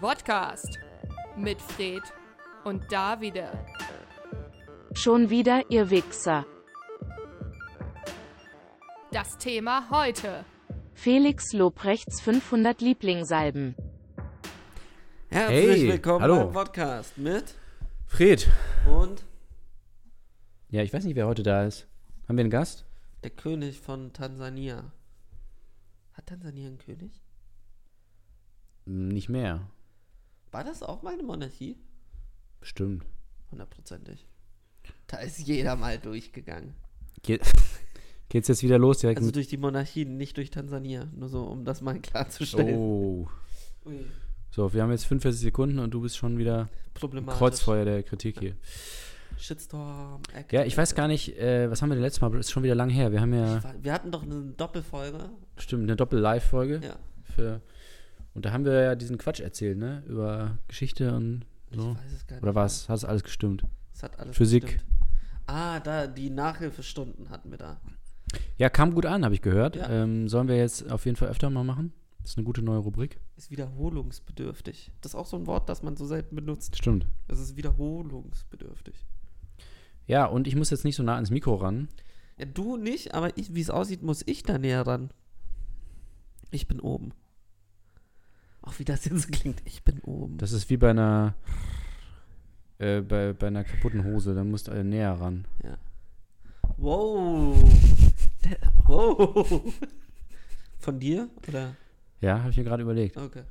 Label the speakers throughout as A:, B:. A: Podcast mit Fred und Davide.
B: Schon wieder, ihr Wichser.
A: Das Thema heute.
B: Felix Lobrechts 500 Lieblingsalben.
C: Herzlich
D: Hey,
C: willkommen
D: hallo.
C: beim Podcast mit
D: Fred.
C: und
D: Ja, ich weiß nicht, wer heute da ist. Haben wir einen Gast?
C: der König von Tansania. Hat Tansania einen König?
D: Hm, Nicht mehr.
C: War das auch mal eine Monarchie?
D: Bestimmt.
C: Hundertprozentig. Da ist jeder mal durchgegangen.
D: Ge Geht's jetzt wieder los direkt
C: Also
D: mit.
C: durch die Monarchien, nicht durch Tansania. Nur so, um das mal klarzustellen.
D: Oh.
C: Ui,
D: So, wir haben jetzt 45 Sekunden und du bist schon wieder
C: problematisch.
D: Kreuzfeuer der Kritik hier.
C: Shitstorm.
D: Ja, ich weiß gar nicht, äh, was haben wir denn letztes Mal? Das ist schon wieder lang her. Wir haben ja,
C: Wir hatten doch eine Doppelfolge.
D: stimmt, eine Doppel-Live-Folge.
C: Ja.
D: für- Und da haben wir ja diesen Quatsch erzählt, ne? Über Geschichte und so.
C: Ich weiß es gar nicht.
D: Oder was? Hat es alles gestimmt?
C: Es hat alles
D: Physik.
C: gestimmt. Ah, da, die Nachhilfestunden hatten wir da.
D: Ja, kam gut an, habe ich gehört.
C: Ja.
D: Ähm, sollen wir jetzt auf jeden Fall öfter mal machen? Das ist eine gute neue Rubrik.
C: Ist wiederholungsbedürftig. Das ist auch so ein Wort, das man so selten benutzt.
D: Stimmt.
C: Es ist wiederholungsbedürftig.
D: Ja, und ich muss jetzt nicht so nah ans Mikro ran.
C: Ja, du nicht, aber ich- wie es aussieht, muss ich da näher ran. Ich bin oben. Auch wie das jetzt klingt, ich bin oben.
D: Das ist wie bei einer äh, bei, bei einer kaputten Hose, da musst du äh, näher ran.
C: Wow. Der- Wow. Von dir? Oder?
D: Ja, habe ich mir gerade überlegt.
C: Okay.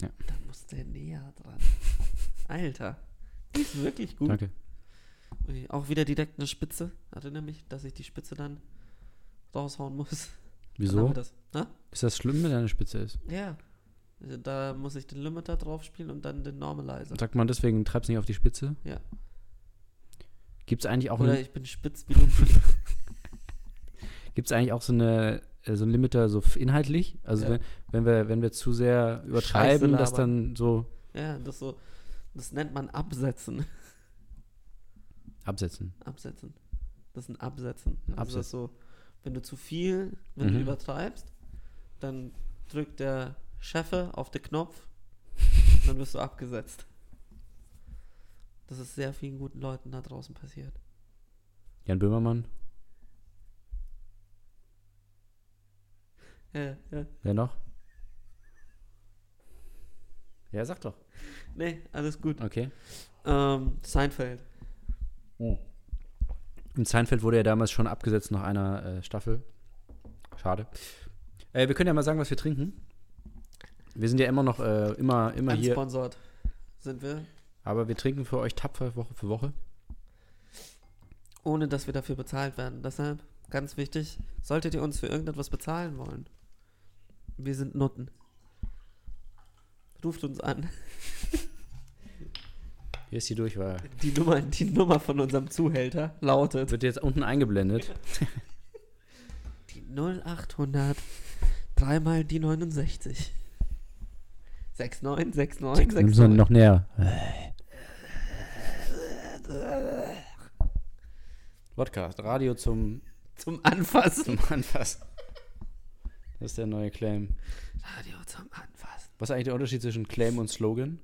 D: Ja.
C: Da muss der näher dran. Alter. Die ist wirklich gut.
D: Danke.
C: Ui, Auch wieder direkt eine Spitze. Erinnere mich, dass ich die Spitze dann raushauen muss. Dann haben
D: Wieso?
C: wir das. Na?
D: Ist das schlimm, wenn deine Spitze ist?
C: Ja. Also Da muss ich den Limiter drauf spielen und dann den Normalizer.
D: Sagt man deswegen, treib's nicht auf die Spitze?
C: Ja.
D: Gibt's eigentlich auch,
C: Oder
D: ne,
C: ich bin spitz wie Lupi.
D: gibt's eigentlich auch so eine äh, so ein Limiter so f- inhaltlich? Also
C: Ja.
D: wenn, wenn wir wenn wir zu sehr übertreiben, dass
C: labern.
D: dann so
C: ja, das so. Das nennt man Absetzen.
D: absetzen.
C: Absetzen. Das ist ein Absetzen. Also
D: Absetzen.
C: das ist so, wenn du zu viel, wenn du
D: Mhm.
C: übertreibst, dann drückt der Chefe auf den Knopf, dann wirst du abgesetzt. Das ist sehr vielen guten Leuten da draußen passiert.
D: Jan Böhmermann,
C: Ja, ja.
D: wer noch? Ja, sag doch.
C: Nee, alles gut.
D: Okay.
C: Ähm, Seinfeld.
D: In Hm. Seinfeld wurde ja damals schon abgesetzt nach einer äh, Staffel. Schade. Äh, wir können ja mal sagen, was wir trinken. Wir sind ja immer noch äh, immer, immer hier.
C: Ansponsort sind wir.
D: Aber wir trinken für euch tapfer Woche für Woche.
C: ohne dass wir dafür bezahlt werden. Deshalb, ganz wichtig, solltet ihr uns für irgendetwas bezahlen wollen, wir sind Nutten. Ruft uns an.
D: Hier ist die Durchwahl.
C: Die Nummer, die Nummer von unserem Zuhälter lautet
D: Wird jetzt unten eingeblendet.
C: die 0800 dreimal die 69. 69, 69,
D: Nimm's noch
C: 69.
D: noch näher. Podcast, Radio zum,
C: Zum Anfassen.
D: zum Anfassen. Das ist der neue Claim.
C: Radio zum Anfassen.
D: Was ist eigentlich der Unterschied zwischen Claim und Slogan?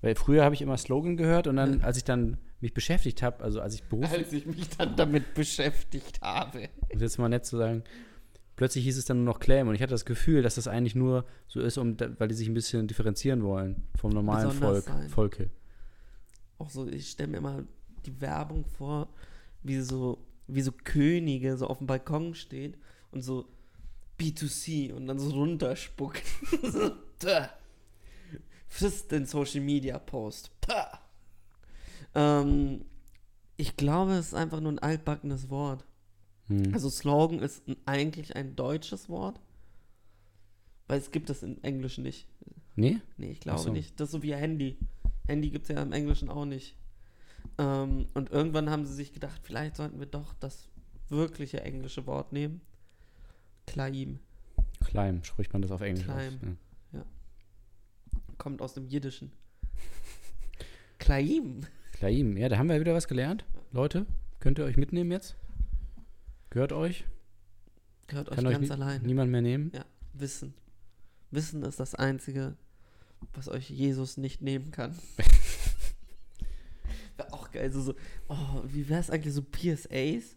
D: Weil früher habe ich immer Slogan gehört und dann, als ich dann mich beschäftigt habe, also als ich beruflich,
C: Als ich mich dann damit beschäftigt habe.
D: um es jetzt mal nett zu sagen, plötzlich hieß es dann nur noch Claim und ich hatte das Gefühl, dass das eigentlich nur so ist, um, da- weil die sich ein bisschen differenzieren wollen vom normalen
C: Besonders
D: Volk,
C: sein.
D: Volke.
C: auch so, ich stelle mir immer die Werbung vor, wie so, wie so Könige so auf dem Balkon stehen und so B2C und dann so runterspucken. so, da. Frisst den Social Media Post. Da. Ähm, ich glaube, es ist einfach nur ein altbackenes Wort.
D: Hm.
C: Also Slogan ist ein, eigentlich ein deutsches Wort, weil es gibt es im Englischen nicht.
D: Nee?
C: Nee, ich glaube
D: Ach so.
C: nicht. Das ist so wie Handy. Handy gibt es ja im Englischen auch nicht. Ähm, und irgendwann haben sie sich gedacht, vielleicht sollten wir doch das wirkliche englische Wort nehmen. Klaim.
D: Claim, spricht man das auf Englisch
C: Claim.
D: aus. Ja.
C: Kommt aus dem Jiddischen. Klaim.
D: Claim, ja, da haben wir wieder was gelernt. Leute, könnt ihr euch mitnehmen jetzt? Gehört euch?
C: Gehört euch
D: Kann euch
C: ganz
D: nie-
C: allein.
D: niemand mehr nehmen?
C: Ja, Wissen. Wissen ist das Einzige, was euch Jesus nicht nehmen kann. Wäre auch geil. Also so, oh, wie wäre es eigentlich so PSAs?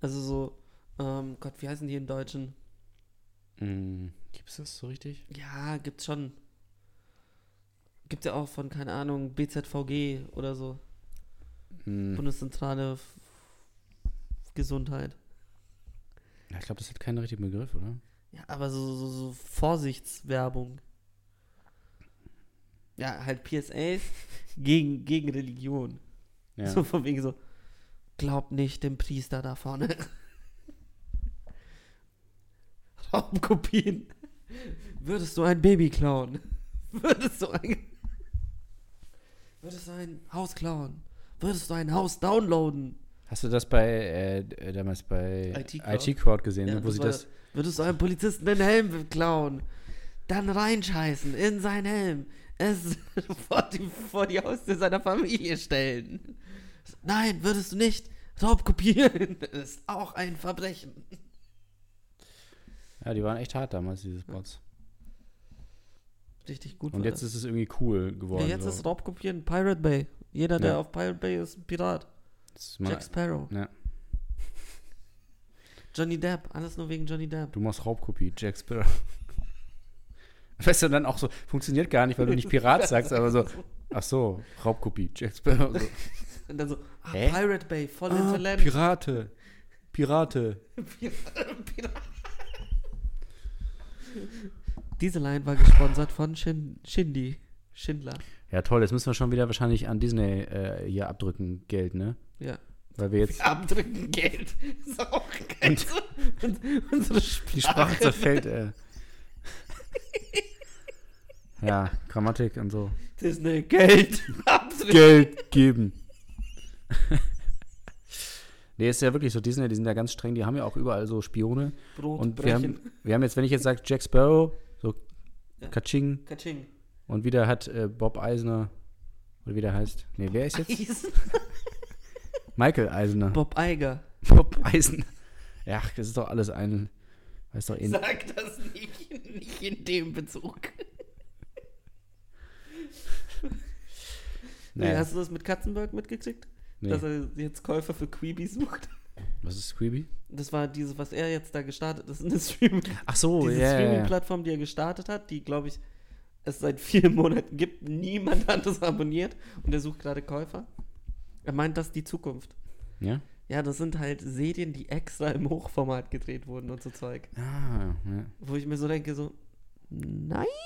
C: Also so, ähm, Gott, wie heißen die in Deutschen?
D: Mm, Gibt es das so richtig?
C: Ja, gibt's schon. Gibt ja auch von, keine Ahnung, BZVG oder so. Hm.
D: Mm,
C: Bundeszentrale F- Gesundheit.
D: ja, ich glaube, das hat keinen richtigen Begriff, oder?
C: Ja, aber so, so, so Vorsichtswerbung. Ja, halt PSAs gegen, gegen Religion.
D: Ja.
C: So von wegen so, glaubt nicht dem Priester da vorne. Raubkopien. Würdest du ein Baby klauen? Würdest du ein... Würdest du ein Haus klauen? Würdest du ein Haus downloaden?
D: Hast du das bei äh, äh, damals bei
C: IT
D: IT
C: Crowd.
D: Crowd, gesehen,
C: Ja,
D: ne, wo sie
C: war-
D: das
C: Würdest du einem Polizisten den Helm klauen? Dann reinscheißen in seinen Helm. Es vor die, vor die Haustür seiner Familie stellen. Nein, würdest du nicht. Raub kopieren ist auch ein Verbrechen.
D: Ja, die waren echt hart damals diese Spots.
C: Richtig gut.
D: Und
C: war
D: jetzt
C: das.
D: ist es irgendwie cool geworden.
C: ja, jetzt
D: so.
C: ist Raubkopieren Pirate Bay. Jeder, der
D: Ja.
C: auf Pirate Bay ist, ein Pirat.
D: Das ist mal-
C: Jack Sparrow.
D: ja.
C: Johnny Depp. Alles nur wegen Johnny Depp.
D: Du machst Raubkopie, Jack Sparrow. Weißt du, dann auch so, funktioniert gar nicht, weil du nicht Pirat sagst, aber so, ach so, Raubkopie, Jack Sparrow. So.
C: Und dann so, ah,
D: Hä?
C: Pirate Bay, voll ah,
D: Ah,
C: Talent.
D: Pirate, Pirate.
C: Diese Line war gesponsert von Shin Shindy. Schindler.
D: Ja, toll, jetzt müssen wir schon wieder wahrscheinlich an Disney äh, hier abdrücken, Geld, ne?
C: Ja.
D: Weil wir jetzt
C: Abdrücken Geld. Ist auch geil.
D: Und-
C: So, und- unsere Sprache.
D: die Sprache zerfällt, äh. Ja, Grammatik und so.
C: Disney Geld. Abdrücken.
D: Geld geben. nee, ist ja wirklich so, Disney, die sind ja ganz streng, die haben ja auch überall so Spione.
C: Brot
D: Und wir
C: brechen.
D: haben, wir haben jetzt, wenn ich jetzt sage Jack Sparrow, so
C: Ja.
D: Kaching,
C: Kaching.
D: und wieder hat äh, Bob Eisner, oder wie der heißt. Nee, wer ist jetzt?
C: Eisen.
D: Michael Eisner. Bob,
C: Bob Eiger.
D: Eisner. Ja, ach, das ist doch alles ein. Weiß doch eh nicht.
C: Sag das nicht, nicht in dem Bezug. Nee,
D: Naja,
C: hast du das mit Katzenberg mitgekriegt?
D: nee.
C: Dass er jetzt Käufer für Queebies sucht?
D: Was ist Squeeby?
C: Das war dieses, was er jetzt da gestartet ist in der Stream.
D: Ach so,
C: Diese
D: Oh, ja. ja, ja.
C: Streaming-Plattform, die er gestartet hat, die, glaube ich, es seit vier Monaten gibt. Niemand hat das abonniert und er sucht gerade Käufer. Er meint, das ist die Zukunft.
D: ja?
C: Ja, das sind halt Serien, die extra im Hochformat gedreht wurden und so Zeug.
D: Ah, ja.
C: Wo ich mir so denke, so, nein.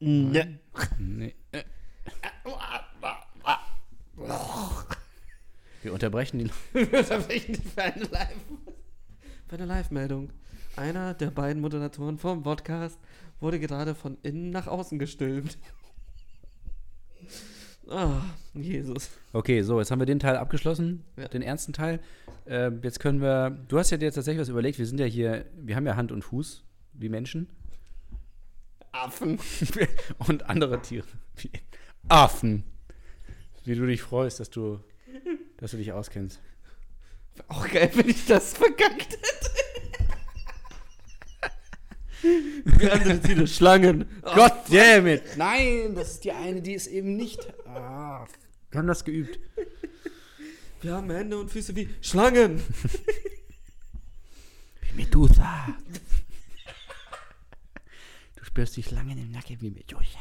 C: Ne.
D: Nee. Wir unterbrechen die.
C: Das ich nicht für eine Live. Für eine Live-Meldung. Einer der beiden Moderatoren vom Podcast wurde gerade von innen nach außen gestülpt. Ah, Jesus.
D: Okay, so, jetzt haben wir den Teil abgeschlossen,
C: Ja.
D: den ernsten Teil. Ähm, jetzt können wir. Du hast ja dir jetzt tatsächlich was überlegt. Wir sind ja hier. Wir haben ja Hand und Fuß, wie Menschen.
C: Affen.
D: und andere Tiere, wie Affen. Wie du dich freust, dass du, dass du dich auskennst.
C: Wär Auch geil, wenn ich das verkackt hätte. Die andere Tiere, Schlangen. Ah,
D: God damn it! Nein, das ist die eine, die ist eben nicht. Ah, wir haben das geübt.
C: Wir haben Hände und Füße wie Schlangen.
D: Wie Medusa. Du spürst die Schlangen im Nacken wie Medusa.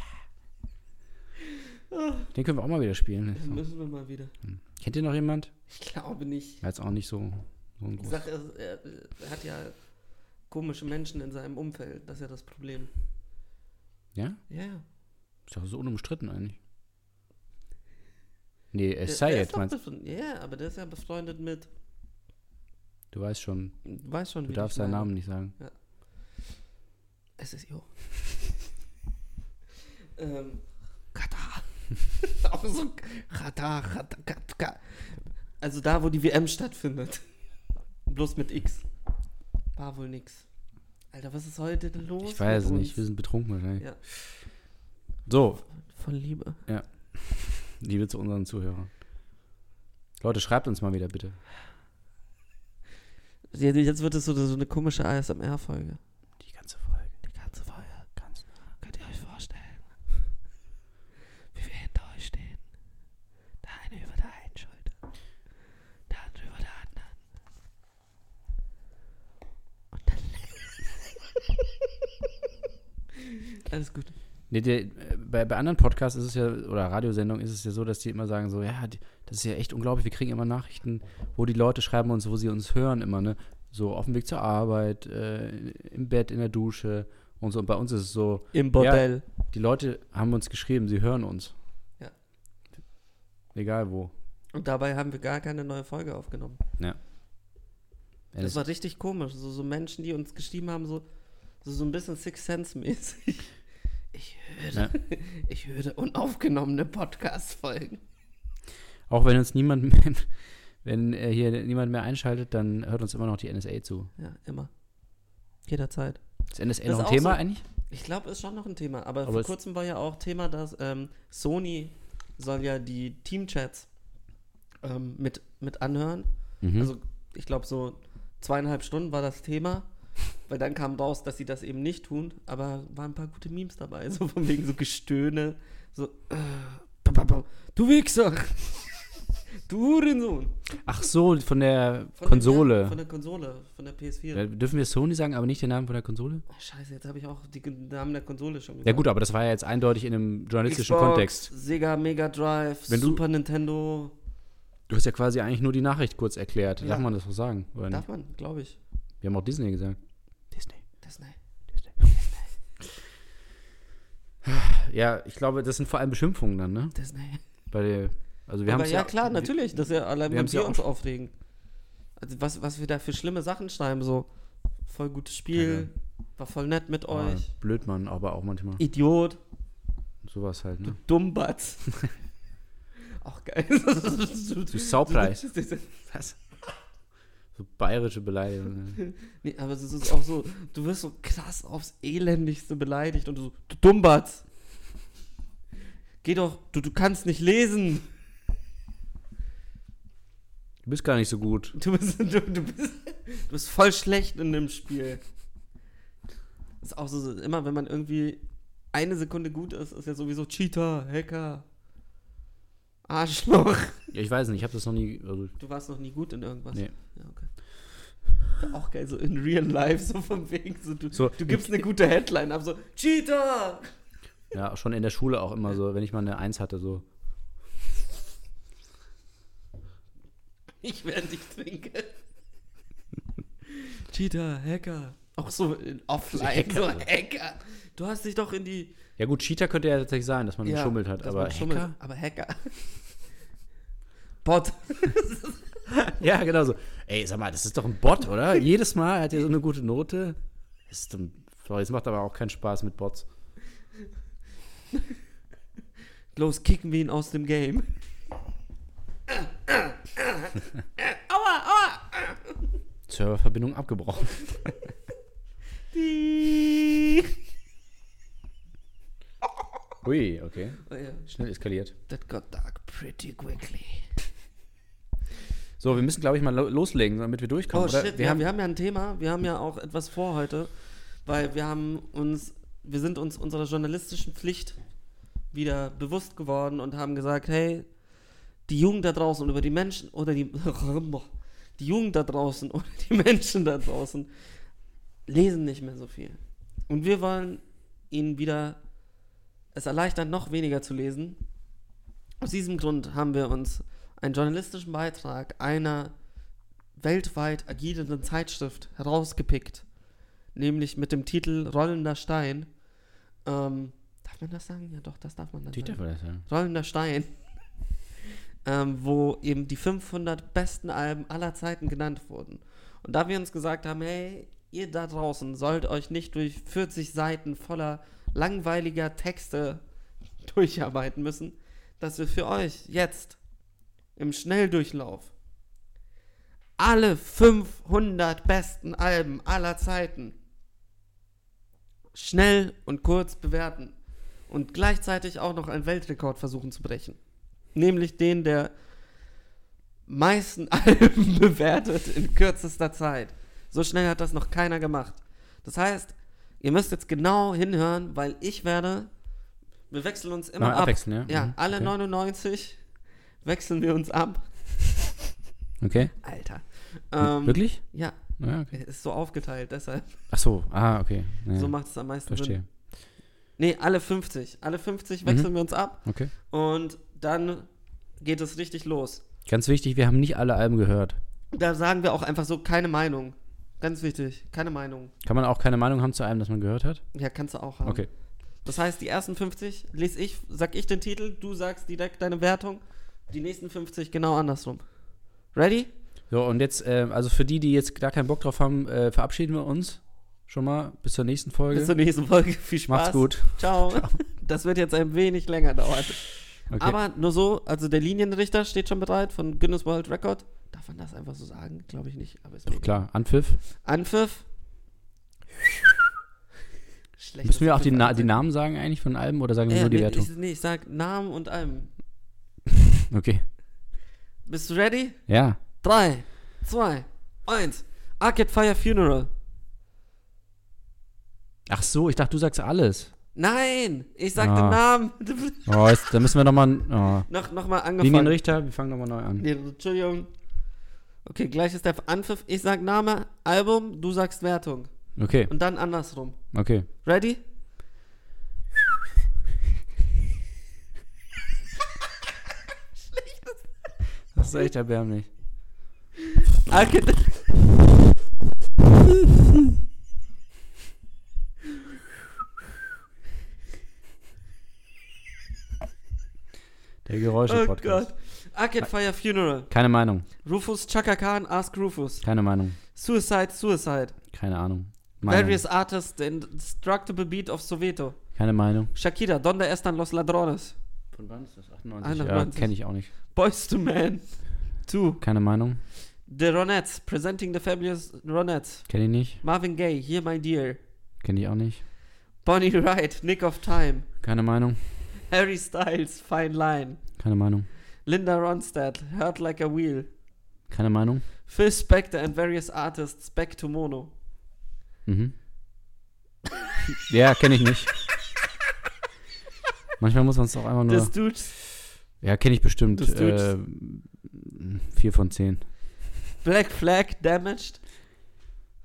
D: Den können wir auch mal wieder
C: Das
D: spielen.
C: müssen wir mal wieder.
D: Kennt ihr noch jemand?
C: Ich glaube nicht.
D: Er ist auch nicht so, so ein
C: Die
D: groß.
C: Sache ist, er, er hat ja komische Menschen in seinem Umfeld. Das ist ja das Problem.
D: Ja?
C: Ja, ja.
D: Ist doch so unumstritten eigentlich. Nee, äh,
C: Der- der ist
D: Sayed
C: doch
D: meinst
C: befreundet- Ja, aber der ist ja befreundet mit.
D: du. weißt schon,
C: Weiß schon,
D: du darfst seinen Namen nicht sagen.
C: Es ist Jo. ähm, Katar. Auch so. Katar, Katar, Katar. Also da, wo die WM stattfindet. Bloß mit X. War wohl nix. Alter, was ist heute denn los?
D: Ich weiß es
C: mit
D: nicht, wir
C: uns?
D: sind betrunken wahrscheinlich.
C: Ja.
D: So,
C: Voll Liebe.
D: liebe zu unseren Zuhörern. Leute, schreibt uns mal wieder bitte.
C: Jetzt wird es so, so eine komische ASMR-Folge.
D: Die ganze Folge.
C: Die ganze Folge.
D: Ganz.
C: Könnt ihr euch vorstellen, wie wir hinter euch stehen? Der eine über der einen Schulter, der andere über der anderen. Und dann. Alles gut.
D: Nee, der, äh, bei, bei anderen Podcasts ist es ja, oder Radiosendungen ist es ja so, dass die immer sagen so, ja, die, das ist ja echt unglaublich, wir kriegen immer Nachrichten, wo die Leute schreiben uns, wo sie uns hören immer, ne? So auf dem Weg zur Arbeit, äh, im Bett, in der Dusche und so. Und bei uns ist es so,
C: Im Bordell.
D: die Leute haben uns geschrieben, sie hören uns.
C: Ja.
D: Egal wo.
C: Und dabei haben wir gar keine neue Folge aufgenommen.
D: Ja. Ja,
C: Das
D: das-
C: war richtig komisch. So, so Menschen, die uns geschrieben haben, so, so, so ein bisschen Six Sense-mäßig. Ich höre, ich höre unaufgenommene Podcast-Folgen.
D: Auch wenn uns niemand mehr, wenn äh, hier niemand mehr einschaltet, dann hört uns immer noch die NSA zu.
C: Ja, immer. Jederzeit.
D: Ist NSA
C: Das
D: noch
C: ist
D: ein
C: auch
D: Thema
C: so-
D: eigentlich?
C: Ich glaube, ist schon noch ein Thema. Aber,
D: Aber
C: vor
D: es-
C: kurzem war ja auch Thema, dass ähm, Sony soll ja die Teamchats ähm, mit, mit anhören.
D: Mhm.
C: Also ich glaube, so zweieinhalb Stunden war das Thema. Weil dann kam raus, dass sie das eben nicht tun. Aber waren ein paar gute Memes dabei. So von wegen so Gestöhne. So, äh, bam, bam, bam. du Wichser! Du Hurensohn!
D: Ach so, von der
C: Von
D: Konsole.
C: Der, von der Konsole, von der PS4.
D: Ja, Dürfen wir Sony sagen, aber nicht den Namen von der Konsole?
C: Oh, scheiße, jetzt habe ich auch die G- Namen der Konsole schon gesagt.
D: Ja gut, aber das war ja jetzt eindeutig in einem journalistischen
C: Xbox,
D: Kontext.
C: Sega Mega Drive,
D: Wenn du-
C: Super Nintendo.
D: Du hast ja quasi eigentlich nur die Nachricht kurz erklärt. Darf man das so sagen? Oder nicht?
C: Darf man, glaube ich.
D: Wir haben auch Disney gesagt. Disney.
C: Disney.
D: Ja, ich glaube, das sind vor allem Beschimpfungen dann, ne?
C: Disney.
D: Bei der, also wir
C: Aber
D: haben's
C: ja, klar, natürlich. Das ist ja allein,
D: wir
C: wenn
D: haben's
C: wir
D: ja auch
C: uns aufregen. Also was, was wir da für schlimme Sachen schreiben, so. Voll gutes Spiel, war voll nett mit
D: Oh,
C: euch.
D: blöd man, aber auch manchmal.
C: Idiot,
D: Sowas halt, ne?
C: Dummbatz. auch Hm. geil.
D: Du
C: du
D: Saupreis. Was? So bayerische Beleidigung. ne?
C: Nee, aber es ist auch so, du wirst so krass aufs Elendigste beleidigt und du so, du Dummbatz. Geh doch, du, du kannst nicht lesen.
D: Du bist gar nicht so gut.
C: Du bist, du, du bist, du bist voll schlecht in dem Spiel. Ist auch so, so, immer wenn man irgendwie eine Sekunde gut ist, ist ja sowieso Cheater, Hacker, Arschloch.
D: Ja, ich weiß nicht, ich habe das noch nie. Also,
C: Du warst noch nie gut in irgendwas.
D: Nee.
C: Ja, okay. Wär auch geil, so in real life, so vom Weg. So, du,
D: So,
C: du gibst eine gute Headline ab, so Cheater!
D: ja, schon in der Schule auch immer so, wenn ich mal eine Eins hatte, so.
C: Ich werde dich trinken. Cheater, Hacker. Auch so in offline, so Hacker. Du hast dich doch in die.
D: Ja gut, Cheater könnte ja tatsächlich sein, dass man
C: Ja,
D: geschummelt hat,
C: dass
D: halt, aber
C: man schummelt,
D: Hacker?
C: Aber Hacker. Bot.
D: Ja, genau so. Ey, sag mal, das ist doch ein Bot, oder? Jedes Mal hat er so eine gute Note. Das ist ein, sorry, es macht aber auch keinen Spaß mit Bots.
C: Los, kicken wir ihn aus dem Game.
D: Serververbindung abgebrochen. Ui, okay.
C: Oh ja.
D: Schnell eskaliert.
C: That got dark pretty quickly.
D: So, wir müssen, glaube ich, mal lo loslegen, damit wir durchkommen,
C: Oh
D: oder?
C: shit,
D: wir
C: ja,
D: haben,
C: wir haben ja ein Thema, wir haben ja auch etwas vor heute, weil wir haben uns, wir sind uns unserer journalistischen Pflicht wieder bewusst geworden und haben gesagt, hey, die Jugend da draußen oder die Menschen oder die die Jugend da draußen oder die Menschen da draußen lesen nicht mehr so viel. Und wir wollen ihnen wieder es erleichtern, noch weniger zu lesen. Aus diesem Grund haben wir uns einen journalistischen Beitrag einer weltweit agierenden Zeitschrift herausgepickt, nämlich mit dem Titel Rollender Stein. Ähm, darf man das sagen? Ja, doch, das darf man dann sagen.
D: Natürlich darf man das sagen.
C: Rollender Stein, ähm, wo eben die 500 besten Alben aller Zeiten genannt wurden. Und da wir uns gesagt haben, hey, ihr da draußen sollt euch nicht durch 40 Seiten voller langweiliger Texte durcharbeiten müssen, dass wir für euch jetzt im Schnelldurchlauf alle 500 besten Alben aller Zeiten schnell und kurz bewerten und gleichzeitig auch noch einen Weltrekord versuchen zu brechen. Nämlich den der meisten Alben bewertet in kürzester Zeit. So schnell hat das noch keiner gemacht. Das heißt, ihr müsst jetzt genau hinhören, weil ich werde, wir wechseln uns immer
D: Mal
C: ab.
D: abwechseln, ja? Mhm,
C: alle
D: okay.
C: 99 wechseln wir uns ab.
D: Okay.
C: Alter. Ähm,
D: Wirklich?
C: Ja,
D: Ja, okay.
C: ist so aufgeteilt, deshalb.
D: Ach so, ah, okay. Ja,
C: So macht es am meisten
D: verstehe. Mhm.
C: Sinn. Nee, alle 50. Alle 50 wechseln wir uns ab
D: Okay.
C: und dann geht es richtig los.
D: Ganz wichtig, wir haben nicht alle Alben gehört.
C: Da sagen wir auch einfach so keine Meinung. Ganz wichtig, keine Meinung.
D: Kann man auch keine Meinung haben zu einem, das man gehört hat?
C: Ja, kannst du auch haben.
D: Okay.
C: Das heißt, die ersten 50 lese ich, sag ich den Titel, du sagst direkt deine Wertung, die nächsten 50 genau andersrum. Ready?
D: So, und jetzt, äh, also für die, die jetzt gar keinen Bock drauf haben, äh, verabschieden wir uns schon mal. Bis zur nächsten Folge.
C: Bis zur nächsten Folge. Viel Spaß.
D: Macht's gut.
C: Ciao. Das wird jetzt ein wenig länger dauern.
D: Okay.
C: Aber nur so, also der Linienrichter steht schon bereit von Guinness World Record. Darf man das einfach so sagen? Glaube ich nicht, aber ist mir
D: Doch klar, Anpfiff.
C: egal. Anpfiff. Schlecht.
D: Müssen wir auch die, Na die Namen sagen eigentlich von Alben oder sagen wir
C: ja,
D: nur die
C: nee,
D: Wertung?
C: Ich, nee, ich sag Namen und allem.
D: Okay.
C: Bist du ready?
D: Ja.
C: 3, 2, 1. Arcade Fire Funeral.
D: Ach so, ich dachte, du sagst alles.
C: Nein, ich sag
D: Ah.
C: den Namen.
D: Oh, jetzt, da müssen wir nochmal. Oh.
C: noch, noch mal angefangen.
D: Linienrichter, wir fangen nochmal neu an.
C: Nee, Entschuldigung. Okay, gleich ist der Anpfiff. Ich sag Name, Album, du sagst Wertung.
D: Okay,
C: Und dann andersrum.
D: okay.
C: Ready?
D: Das ist echt erbärmlich.
C: Arcade.
D: Der
C: Oh
D: Geräusche-Podcast.
C: Gott. Arcade Fire Funeral.
D: keine Meinung,
C: Rufus Chaka Khan, Ask Rufus.
D: keine Meinung,
C: Suicide, Suicide.
D: keine Ahnung. Meinung.
C: Various Artists, The Indestructible Beat of Soweto.
D: Keine Meinung.
C: Shakira, Donde Están los Ladrones?
D: Von wann ist das?
C: 98?
D: Ja,
C: 91.
D: kenne ich auch nicht.
C: Boys to Man. 2.
D: Keine Meinung,
C: The Ronettes, Presenting the Fabulous Ronettes.
D: kenne ich nicht,
C: Marvin Gaye, Here My Dear.
D: kenne ich auch nicht.
C: Bonnie Wright, Nick of Time.
D: Keine Meinung,
C: Harry Styles, Fine Line.
D: keine Meinung,
C: Linda Ronstadt, Hurt Like a Wheel.
D: keine Meinung.
C: Phil Spector and various artists, Back to Mono.
D: Mhm. ja, kenne ich nicht. Manchmal muss man es auch einfach nur.
C: Das Dudes,
D: ja, kenne ich bestimmt.
C: Das tut-
D: Äh, vier von zehn.
C: Black Flag, Damaged.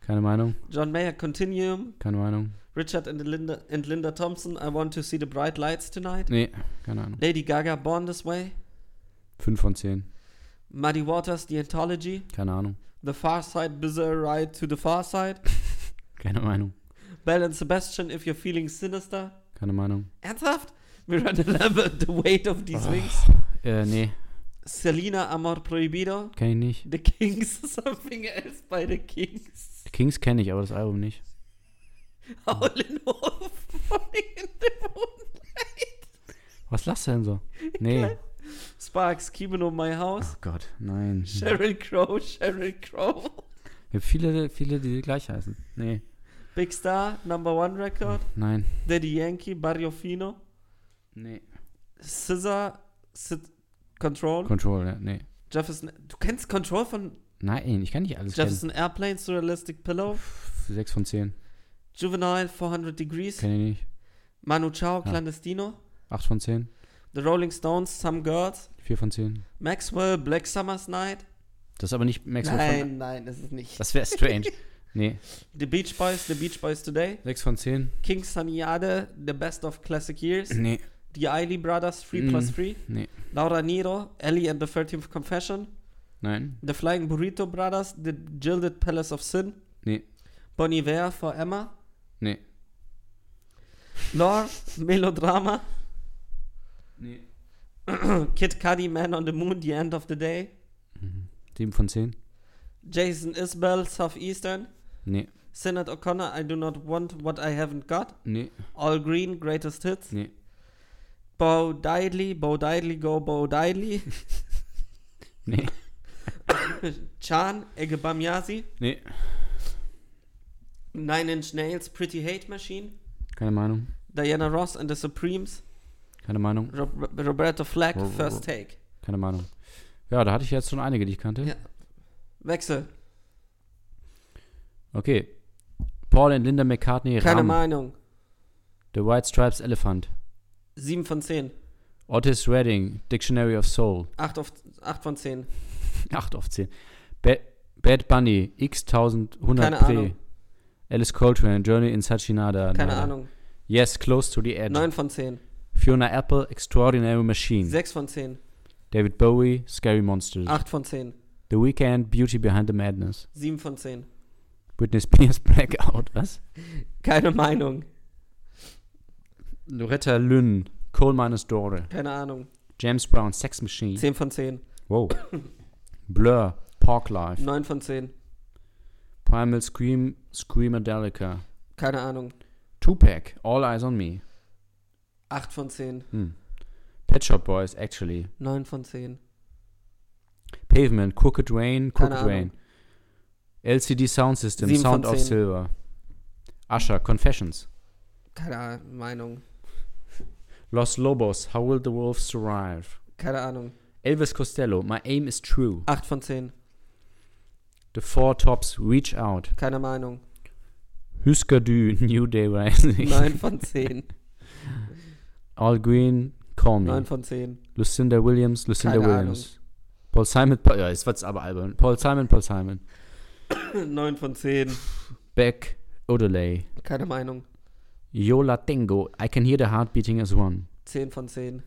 D: Keine Meinung,
C: John Mayer, Continuum.
D: keine Meinung.
C: Richard and Linda, and Linda Thompson, I Want to See the Bright Lights Tonight.
D: Nee, keine Ahnung.
C: Lady Gaga, Born This Way.
D: Fünf von zehn.
C: Muddy Waters, The Anthology.
D: Keine Ahnung.
C: The Far Side, Bizarre Ride to the Far Side.
D: Keine Meinung.
C: Belle and Sebastian, If You're Feeling Sinister.
D: Keine Meinung.
C: Ernsthaft? Miranda Lambert, The Weight of These Wings.
D: Äh, nee,
C: Selena Amor Prohibido.
D: kenne ich nicht.
C: The Kings, Something Else by The Kings.
D: Die Kings kenne ich, aber das Album nicht.
C: Howlin' Wolf, Morning in the Moonlight.
D: Was lachst du denn so? Nee.
C: Sparks, Keeping on My House.
D: Oh Gott, nein. Ich
C: Sheryl Crow, Sheryl Crow.
D: habe viele, viele, die gleich heißen. Nee,
C: Big Star, Number One Record.
D: nein.
C: Daddy Yankee, Barrio Fino.
D: Nee.
C: Scissor, Sid Control.
D: Control, ja, nee.
C: Jefferson, du kennst Control von
D: Nein, ich kann nicht alles kennen.
C: Jefferson Airplane, Surrealistic Pillow.
D: Sechs von zehn.
C: Juvenile, 400 Degrees.
D: Kenne ich nicht.
C: Manu Chao,
D: Ja.
C: Clandestino.
D: Acht von zehn.
C: The Rolling Stones, Some Girls.
D: Vier von zehn.
C: Maxwell, Black Summer's Night.
D: Das ist aber nicht Maxwell von...
C: Nein, nein, das ist nicht.
D: Das wäre strange. nee.
C: The Beach Boys, The Beach Boys Today.
D: Sechs von zehn.
C: King Saniade, The Best of Classic Years,
D: Nee,
C: The Eiley Brothers, 3
D: Mhm. Mm.
C: plus 3,
D: nee.
C: Laura Nero, Ellie and the 13th Confession,
D: Nein,
C: The Flying Burrito Brothers, The Gilded Palace of Sin,
D: nee,
C: Bon Iver for Emma,
D: nee.
C: Lore, Melodrama,
D: Nee.
C: Kid Cudi, Man on the Moon, The End of the Day,
D: Sieben von zehn.
C: Jason Isbell, Southeastern,
D: Nee,
C: Synod O'Connor, I Do Not Want What I Haven't Got,
D: nee,
C: All Green, Greatest Hits,
D: nee.
C: Bo Diddley, Bo Diddley, Go Bo Diddley,
D: Nee,
C: Chan, Egebamyasi,
D: nee.
C: Nine Inch Nails, Pretty Hate Machine,
D: Keine Meinung.
C: Diana Ross and the Supremes,
D: Keine Meinung.
C: Rob Roberto Flack,
D: Ro- ro-
C: First Take.
D: Keine Meinung. Ja, da hatte ich jetzt schon einige, die ich kannte.
C: Ja. Wechsel.
D: Okay. Paul and Linda McCartney,
C: Keine
D: Ram,
C: Meinung.
D: The White Stripes Elephant,
C: 7 von 10.
D: Otis Redding, Dictionary of Soul,
C: 8, auf, 8 von 10.
D: 8 auf 10, ba Bad Bunny, X1100
C: Keine
D: Pre,
C: Ahnung.
D: Alice Coltrane, Journey in Sachinada,
C: Keine Ahnung.
D: Yes, Close to the Edge,
C: 9 von 10.
D: Fiona Apple, Extraordinary Machine,
C: 6 von 10.
D: David Bowie, Scary Monsters,
C: 8 von 10.
D: The Weeknd, Beauty Behind the Madness,
C: 7 von 10.
D: Britney Spears, Blackout, was?
C: Keine Meinung.
D: Loretta Lynn, Coal Miner's Daughter,
C: Keine Ahnung.
D: James Brown, Sex Machine,
C: 10 von 10.
D: wow, Blur, Parklife,
C: 9 von 10.
D: Primal Scream, Screamadelica,
C: Keine Ahnung.
D: Tupac, All Eyes on Me,
C: 8 von 10.
D: hm. Pet Shop Boys, Actually,
C: 9 von 10.
D: Pavement, Crooked Rain,
C: Keine
D: Crooked
C: Ahnung.
D: Rain, LCD Sound System,
C: Sieben
D: Sound
C: von
D: of
C: zehn.
D: Silver, Usher, Confessions,
C: Keine Meinung.
D: Los Lobos, How Will the Wolf Survive,
C: Keine Ahnung.
D: Elvis Costello, My Aim is True,
C: 8 von 10.
D: The Four Tops, Reach Out,
C: Keine Meinung.
D: Husker Du, New Day Rising,
C: 9 von 10.
D: All Green, Call Me,
C: 9 von 10.
D: Lucinda Williams, Lucinda
C: Keine
D: Williams. Paul Simon, Paul, ja, jetzt wird's aber albern. Paul Simon, Paul Simon.
C: 9 von 10.
D: Beck, Odelay,
C: Keine Meinung.
D: Yola Tengo, I Can Hear the Heart Beating as One,
C: 10 von 10.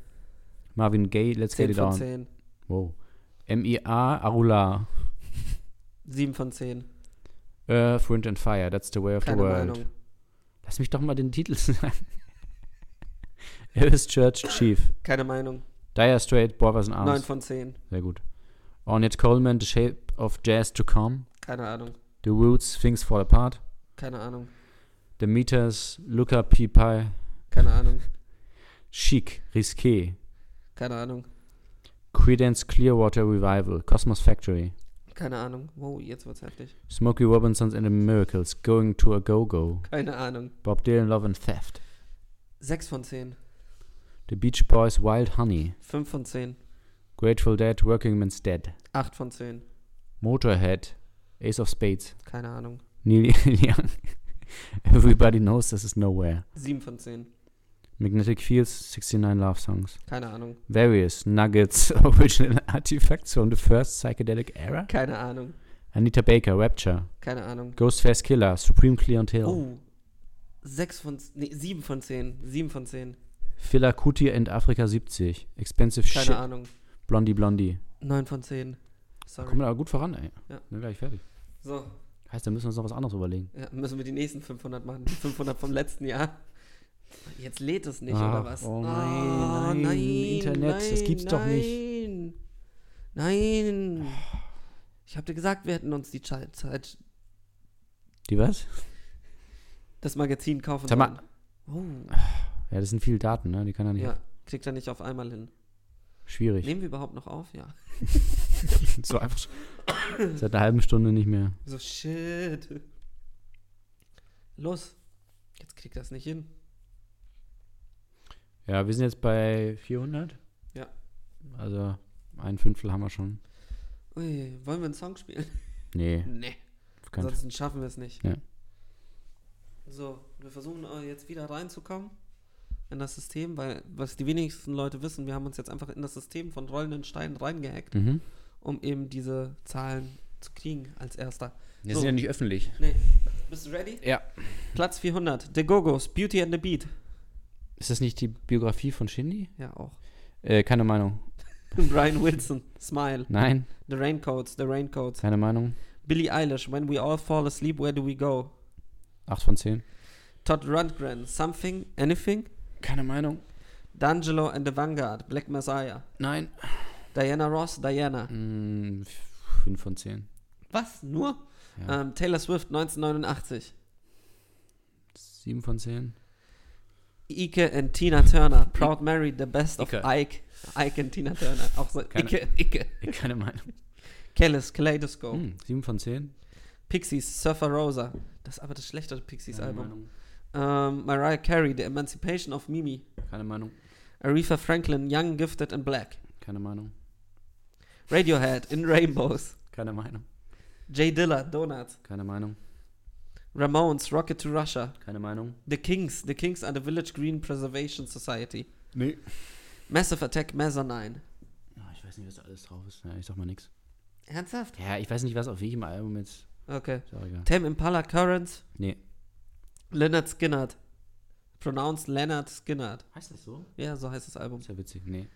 D: Marvin Gaye, Let's
C: 10
D: Get It
C: von
D: On.
C: 10.
D: Wow. M.I.A. Arula,
C: 7 von 10.
D: Earth, Wind and Fire, That's the Way of
C: Keine
D: the World.
C: Meinung.
D: Lass mich doch mal den Titel sagen. Elvis Church Chief,
C: Keine Meinung.
D: Dire Straits, Brothers in
C: 9
D: Arms.
C: von 10.
D: Sehr gut. Ornette Coleman, The Shape of Jazz to Come,
C: Keine Ahnung.
D: The Roots, Things Fall Apart,
C: Keine Ahnung.
D: The Meters, Luca P. Pie,
C: Keine Ahnung.
D: Chic, Risqué,
C: Keine Ahnung.
D: Credence Clearwater Revival, Cosmos Factory,
C: Keine Ahnung. Wow, jetzt wird's heftig.
D: Smokey Robinson's and the Miracles, Going to a Go-Go,
C: Keine Ahnung.
D: Bob Dylan Love and Theft,
C: 6 von 10.
D: The Beach Boys Wild Honey,
C: 5 von 10.
D: Grateful Dead Working Man's Dead,
C: 8 von 10.
D: Motorhead, Ace of Spades,
C: Keine Ahnung.
D: Neil Young, Everybody Knows This Is Nowhere,
C: 7 von 10.
D: Magnetic Fields, 69 Love Songs,
C: Keine Ahnung.
D: Various Nuggets, Original Artifacts from the First Psychedelic Era,
C: Keine Ahnung.
D: Anita Baker, Rapture,
C: Keine Ahnung.
D: Ghostface Killer, Supreme Clientele,
C: Oh. 6 von nee, 7 von 10. 7 von 10.
D: Fila Kuti and Afrika 70. Expensive
C: Keine
D: Shit.
C: Ahnung.
D: Blondie Blondie.
C: 9 von 10.
D: Kommen
C: Sorry.
D: wir aber gut voran, ey.
C: Ja.
D: Sind wir gleich fertig.
C: So,
D: Heißt, da müssen wir uns noch was anderes überlegen.
C: ja, müssen wir die nächsten 500 machen. Die 500 vom letzten Jahr. Jetzt lädt es nicht,
D: Ach,
C: oder was? Ah,
D: oh nein, nein, Internet, das gibt's doch nicht.
C: Nein. Nein. Ich hab dir gesagt, wir hätten uns die Zeit, Zeit
D: Die was?
C: das Magazin kaufen
D: Sag mal.
C: sollen. Oh,
D: Ja, das sind viele Daten, ne? Die kann er nicht.
C: ja, kriegt er nicht auf einmal hin.
D: Schwierig.
C: Nehmen wir überhaupt noch auf? Ja.
D: So einfach. schon- Seit einer halben Stunde nicht mehr.
C: So, shit. Los. Jetzt kriegt das nicht hin.
D: Ja, wir sind jetzt bei 400.
C: Ja.
D: Also ein Fünftel haben wir schon.
C: Ui, wollen wir einen Song spielen?
D: Nee,
C: Nee.
D: auf keinen Fall.
C: Ansonsten schaffen wir es nicht.
D: Ja.
C: So, wir versuchen äh, jetzt wieder reinzukommen in das System, weil was die wenigsten Leute wissen, wir haben uns jetzt einfach in das System von rollenden Steinen reingehackt,
D: Mhm.
C: um eben diese Zahlen zu kriegen als erster.
D: Wir
C: So.
D: sind ja nicht öffentlich.
C: Nee, bist du ready?
D: Ja.
C: Platz 400, The Go-Go's, Beauty and the Beat.
D: Ist das nicht die Biografie von Shindy?
C: Ja, auch.
D: Äh, keine Meinung.
C: Brian Wilson, Smile.
D: Nein,
C: The Raincoats, The Raincoats.
D: keine Meinung.
C: Billie Eilish, When We All Fall Asleep, Where Do We Go?
D: Acht von zehn.
C: Todd Rundgren, Something, Anything?
D: Keine Meinung.
C: D'Angelo and the Vanguard, Black Messiah.
D: Nein.
C: Diana Ross, Diana.
D: 5 Hm, von 10.
C: Was? Nur?
D: Ja.
C: Ähm, Taylor Swift 1989.
D: 7 von 10.
C: Ike and Tina Turner. Proud Mary, the best of
D: Ike.
C: Ike. Ike and Tina Turner. Auch so
D: Keine-
C: Ike, Ike.
D: Keine Meinung.
C: Kellis,
D: Oh.
C: Kaleidoscope.
D: 7 von 10.
C: Pixies, Surfer Rosa. Das ist aber das schlechtere Pixies-Album. Ähm, Mariah Carey, The Emancipation of Mimi.
D: Keine Meinung.
C: Aretha Franklin, Young, Gifted and Black.
D: Keine Meinung.
C: Radiohead, In Rainbows.
D: Keine Meinung.
C: Jay Dilla, Donuts.
D: Keine Meinung.
C: Ramones, Rocket to Russia.
D: Keine Meinung.
C: The Kings, The Kings and the Village Green Preservation Society.
D: Nee.
C: Massive Attack Mezzanine.
D: Ah, ich weiß nicht, was da alles drauf ist. Ja, ich sag mal nix.
C: Ernsthaft?
D: Ja, ich weiß nicht, was auf welchem Album jetzt.
C: Okay.
D: Ist auch egal.
C: Tame Impala Currents,
D: Nee.
C: Leonard Skinnert. Pronounced Leonard Skinnert.
D: Heißt das so?
C: Ja, so heißt das Album.
D: Ist ja witzig. Nee.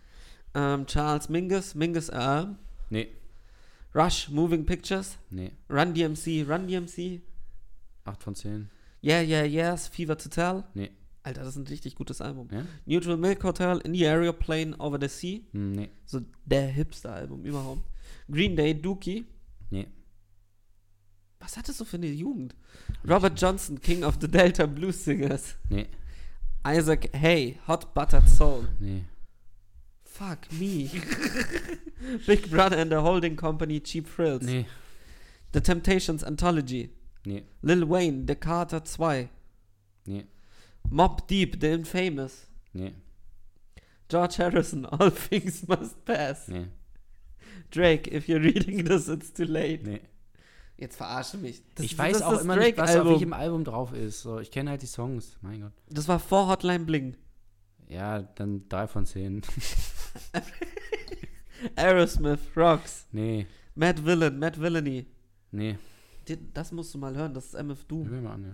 C: Ähm, Charles Mingus, Mingus Arm.
D: Nee.
C: Rush, Moving Pictures.
D: Nee.
C: Run DMC, Run DMC.
D: 8 von 10.
C: Yeah, yeah, yes, Fever to Tell.
D: Nee.
C: Alter, das ist ein richtig gutes Album.
D: Ja?
C: Neutral Milk Hotel, In the Aeroplane, Over the Sea.
D: Hm, Nee.
C: So der Hipster-Album überhaupt. Green Day, Dookie.
D: Nee.
C: Was hattest du für eine Jugend? Robert Johnson, King of the Delta Blues Singers.
D: Nee.
C: Isaac Hay, Hot Buttered Soul.
D: Nee.
C: Fuck me. Big Brother and the Holding Company, Cheap Thrills.
D: Nee.
C: The Temptations Anthology.
D: Nee.
C: Lil Wayne, The Carter 2.
D: Nee.
C: Mob Deep, The Infamous.
D: Nee.
C: George Harrison, All Things Must Pass.
D: Nee.
C: Drake, if you're reading this, it's too late.
D: Nee.
C: Jetzt verarsche mich. Das-
D: Ich weiß
C: das ist
D: auch
C: das
D: immer nicht, was auf
C: Drake-Album.
D: welchem Album drauf ist. So, ich kenne halt die Songs. Mein Gott.
C: Das war vor Hotline Bling.
D: Ja, dann 3 von 10.
C: Aerosmith, Rocks,
D: Nee.
C: Matt Villain, Matt Villainy.
D: Nee.
C: Den- Das musst du mal hören, das ist MF
D: Hör
C: Doom.
D: mir mal an, ja.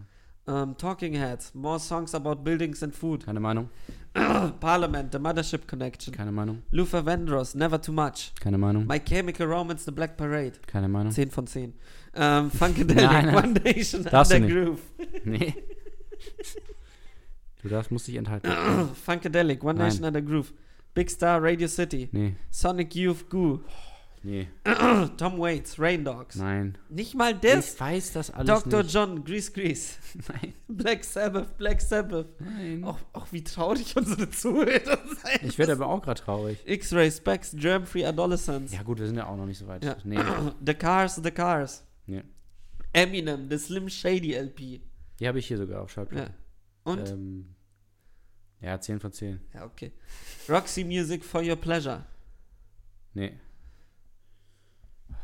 C: Ähm, Talking Heads, More Songs About Buildings and Food.
D: Keine Meinung.
C: Parliament, The Mothership Connection.
D: Keine Meinung.
C: Luther Vandross, Never Too Much.
D: Keine Meinung.
C: My Chemical Romance, The Black Parade.
D: Keine Meinung.
C: 10 von 10. Ähm, Funkadelic,
D: Mm. Nein, nein.
C: One Nation,
D: Darfst du
C: Under
D: nicht.
C: Groove.
D: Nee. Du darfst, musst dich enthalten.
C: Funkadelic, One
D: Nein.
C: Nation, Under Groove. Big Star, Radio City.
D: Nee.
C: Sonic Youth, Goo.
D: Nee.
C: Tom Waits, Rain Dogs.
D: Nein.
C: Nicht mal das.
D: ich weiß das alles
C: Dr.
D: nicht.
C: John, Grease Grease.
D: Nein.
C: Black Sabbath, Black Sabbath.
D: Nein.
C: Auch, auch wie traurig unsere Zuhörer sein.
D: Ich werde aber auch gerade traurig.
C: X-Ray Specs, Germ-Free Adolescence.
D: Ja gut, wir sind ja auch noch nicht so weit.
C: Ja.
D: Nee.
C: The Cars, The Cars.
D: nee.
C: Eminem, The Slim Shady LP.
D: Die habe ich hier sogar auf
C: Ja.
D: Schallplatte.
C: Und?
D: Ähm, ja, 10 von 10.
C: Ja, okay. Roxy Music for Your Pleasure.
D: Nee.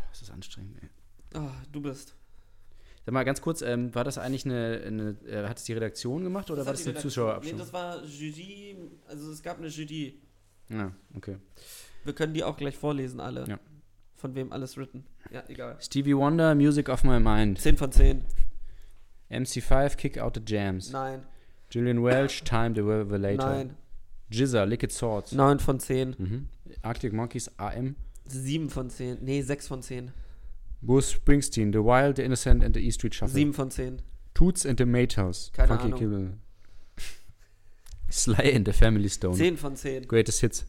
D: Das ist anstrengend, ey.
C: Oh, du bist.
D: Sag mal ganz kurz, ähm, war das eigentlich eine, eine äh, hat es die Redaktion gemacht oder war
C: hat
D: das
C: die
D: eine
C: Redaktion- Nee,
D: Zuschauerabstimmung?
C: das war Jury, also es gab eine Jury.
D: ja, Ah, okay.
C: Wir können die auch gleich vorlesen, alle.
D: Ja.
C: Von wem alles written. Ja, egal.
D: Stevie Wonder, Music of My Mind.
C: 10 von 10.
D: MC5, Kick Out the Jams.
C: Nein,
D: Julian Welch, Time the River Later.
C: nein.
D: Jizza, Liquid Swords.
C: 9 von 10.
D: Mhm. Arctic Monkeys, AM.
C: 7 von 10. Nee, 6 von 10.
D: Bruce Springsteen, The Wild, The Innocent and the E Street Shuffle.
C: 7 von 10.
D: Toots and the Maytals.
C: Keine
D: Funky
C: Ahnung.
D: Kibble. Sly and the Family Stone.
C: 10 von 10.
D: Greatest Hits.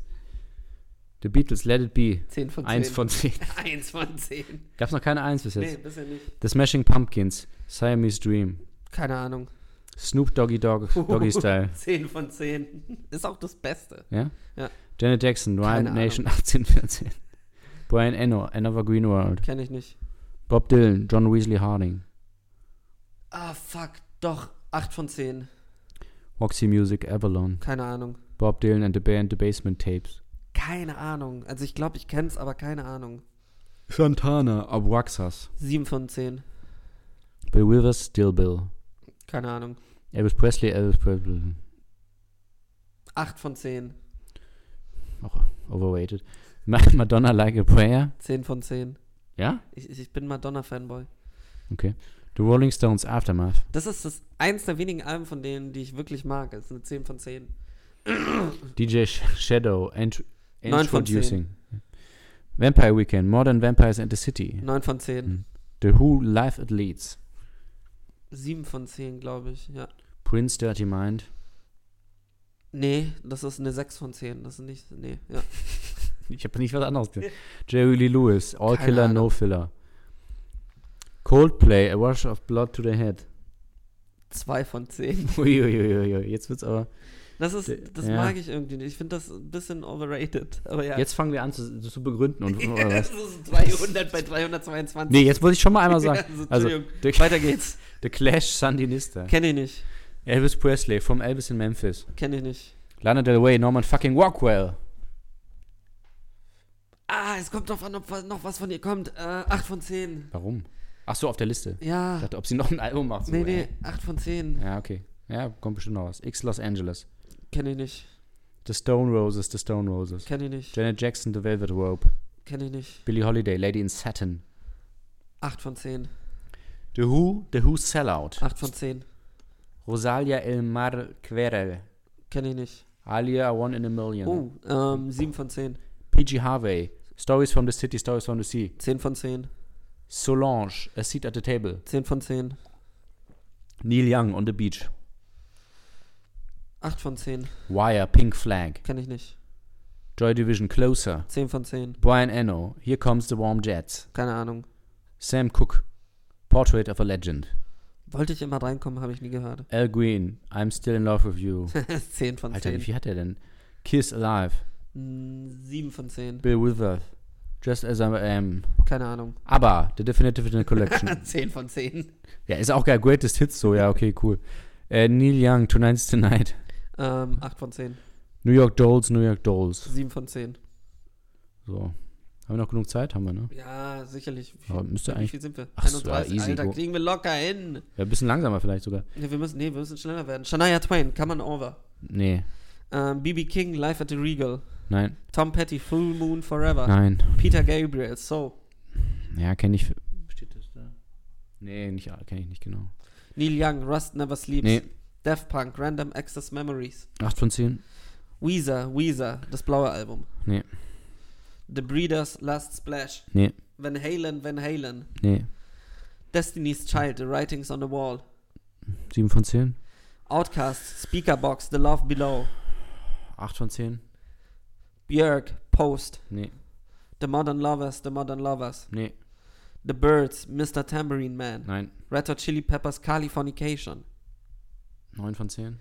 D: The Beatles, Let It Be.
C: 10 von 10.
D: Eins von zehn.
C: 1 von 10.
D: Gab's noch keine Eins bis jetzt.
C: Nee, bisher nicht.
D: The Smashing Pumpkins, Siamese Dream.
C: Keine Ahnung.
D: Snoop Doggy Dogg, Doggy Style.
C: 10 von 10. Ist auch das Beste.
D: Ja?
C: Ja.
D: Janet Jackson, Ryan
C: Keine
D: Nation 1814. Brian Eno, Another Green World.
C: Kenne ich nicht.
D: Bob Dylan, John Weasley Harding.
C: Ah, fuck. Doch. 8 von 10.
D: Roxy Music, Avalon.
C: Keine Ahnung.
D: Bob Dylan and the Band, The Basement Tapes.
C: Keine Ahnung. Also ich glaube, ich kenne es, aber keine Ahnung.
D: Santana, Abraxas.
C: 7 von 10.
D: Bill Withers, Still Bill.
C: Keine Ahnung.
D: Elvis Presley, Elvis Presley.
C: 8 von 10.
D: Auch Oh, overrated. Ma- Madonna Like a Prayer.
C: 10 von 10.
D: Ja?
C: Ich, ich, ich bin Madonna-Fanboy.
D: Okay. The Rolling Stones, Aftermath.
C: Das ist das eins der wenigen Alben von denen, die ich wirklich mag. Es ist eine 10 von 10.
D: DJ Sh Shadow, ent
C: Neun von
D: Introducing. Vampire Weekend, Modern Vampires and the City.
C: 9 von 10.
D: Hm. The Who, Live at Leeds.
C: 7 von 10, glaube ich. Ja.
D: Prince, Dirty Mind.
C: Nee, das ist eine 6 von 10. Das ist nicht. Nee, ja.
D: Ich habe nicht was anderes gesehen. Jerry Lee Lewis, All
C: Keine
D: Killer, No
C: Ahnung.
D: Filler. Coldplay, A Rush of Blood to the Head.
C: 2 von 10.
D: Uiuiuiui, jetzt wird's aber.
C: Das ist.
D: D-
C: Das
D: ja.
C: mag ich irgendwie nicht. Ich finde das ein bisschen overrated. Aber ja.
D: Jetzt fangen wir an zu, zu begründen. Und, oder
C: das
D: was?
C: ist 300 bei 322.
D: Nee, jetzt muss ich schon mal einmal sagen.
C: Also,
D: Also,
C: Entschuldigung.
D: The,
C: Weiter geht's.
D: the Clash, Sandinista.
C: Kenne ich nicht.
D: Elvis Presley, From Elvis in Memphis.
C: Kenne ich nicht.
D: Lana Del Rey, Norman fucking Rockwell.
C: Ah, es kommt drauf an, ob was- noch was von ihr kommt. Äh, 8 von 10.
D: Warum? Ach so, auf der Liste. Ich
C: Ja.
D: dachte, ob sie noch ein Album macht. So,
C: Nee,
D: äh.
C: nee, 8 von 10.
D: Ja, okay. Ja, kommt bestimmt noch was. X Los Angeles.
C: Kenne ich nicht.
D: The Stone Roses, The Stone Roses.
C: Kenne ich nicht.
D: Janet Jackson, The Velvet Rope.
C: Kenne ich nicht.
D: Billie Holiday, Lady in Satin.
C: 8 von 10.
D: The Who, The Who Sellout.
C: 8 von 10.
D: Rosalia El Mar Querel.
C: Kenne ich nicht.
D: Alia, One in a Million.
C: Oh, ähm, 7 von 10.
D: PG Harvey. Stories from the City, Stories from the Sea.
C: 10 von 10.
D: Solange, A Seat at the Table.
C: 10 von 10.
D: Neil Young, On the Beach.
C: 8 von 10.
D: Wire, Pink Flag.
C: Kenne ich nicht.
D: Joy Division, Closer.
C: 10 von 10.
D: Brian Eno, Here Comes the Warm Jets.
C: Keine Ahnung.
D: Sam Cooke, Portrait of a Legend.
C: Wollte ich immer reinkommen, habe ich nie gehört.
D: Al Green, I'm Still in Love with You.
C: 10 von
D: Alter, wie
C: 10.
D: viel hat er denn? Kiss Alive,
C: 7 von 10.
D: Bill Withers, Just As I Am,
C: Keine Ahnung.
D: ABBA, The Definitive Collection.
C: 10 von 10.
D: ja, ist auch geil, Greatest Hits so, ja, okay, cool. Äh, Neil Young, Tonight's Tonight.
C: Ähm, 8 von 10.
D: New York Dolls, New York Dolls.
C: 7 von 10.
D: So. Haben wir noch genug Zeit? Haben wir, ne?
C: Ja, sicherlich. Wie,
D: Aber müsste
C: wie
D: eigentlich-
C: viel sind wir?
D: Ach so, ja, easy,
C: Alter,
D: go.
C: kriegen wir locker hin.
D: Ja, ein bisschen langsamer vielleicht sogar.
C: Nee, wir müssen, nee, wir müssen schneller werden. Shania Twain, Come on Over.
D: Nee,
C: Ähm, B.B. King, Live at the Regal.
D: nein,
C: Tom Petty, Full Moon Forever.
D: nein.
C: Peter Gabriel, So.
D: Ja, kenne ich. Steht das da? Nee, nicht, kenne ich nicht genau.
C: Neil Young, Rust Never Sleeps.
D: Nee.
C: Daft Punk, Random Access Memories.
D: 8 von 10?
C: Weezer, Weezer, das blaue Album.
D: Nee,
C: The Breeders, Last Splash.
D: nee,
C: Van Halen, Van Halen.
D: nee.
C: Destiny's Child, The Writings on the Wall.
D: 7 von 10?
C: Outcast, Speakerbox, The Love Below.
D: 8 von 10?
C: Björk, Post.
D: Nee,
C: The Modern Lovers, The Modern Lovers.
D: nee,
C: The Birds, Mr. Tambourine Man,
D: nein.
C: Red Hot Chili Peppers, Californication,
D: 9 von 10?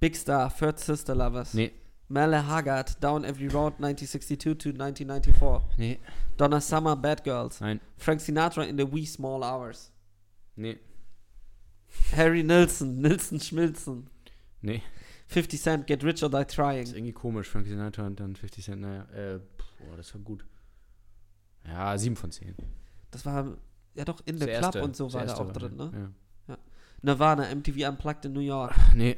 C: Big Star, Third Sister Lovers,
D: Nee,
C: Merle Haggard, Down Every Road 1962 to 1994,
D: nee,
C: Donna Summer, Bad Girls,
D: nein,
C: Frank Sinatra in the Wee Small Hours,
D: nee,
C: Harry Nilsson, Nilsson Schmilzen,
D: nee.
C: 50 Cent, Get Rich or Die
D: Ist
C: Trying,
D: irgendwie komisch, Frank Sinatra und dann 50 Cent, naja. Äh, pff, boah, das war gut. Ja, 7 von 10.
C: das war ja doch in the
D: der
C: Club
D: erste,
C: und so
D: das
C: war da
D: erste
C: auch drin, ne?
D: Ja.
C: Nirvana, MTV Unplugged in New York.
D: Ach, nee,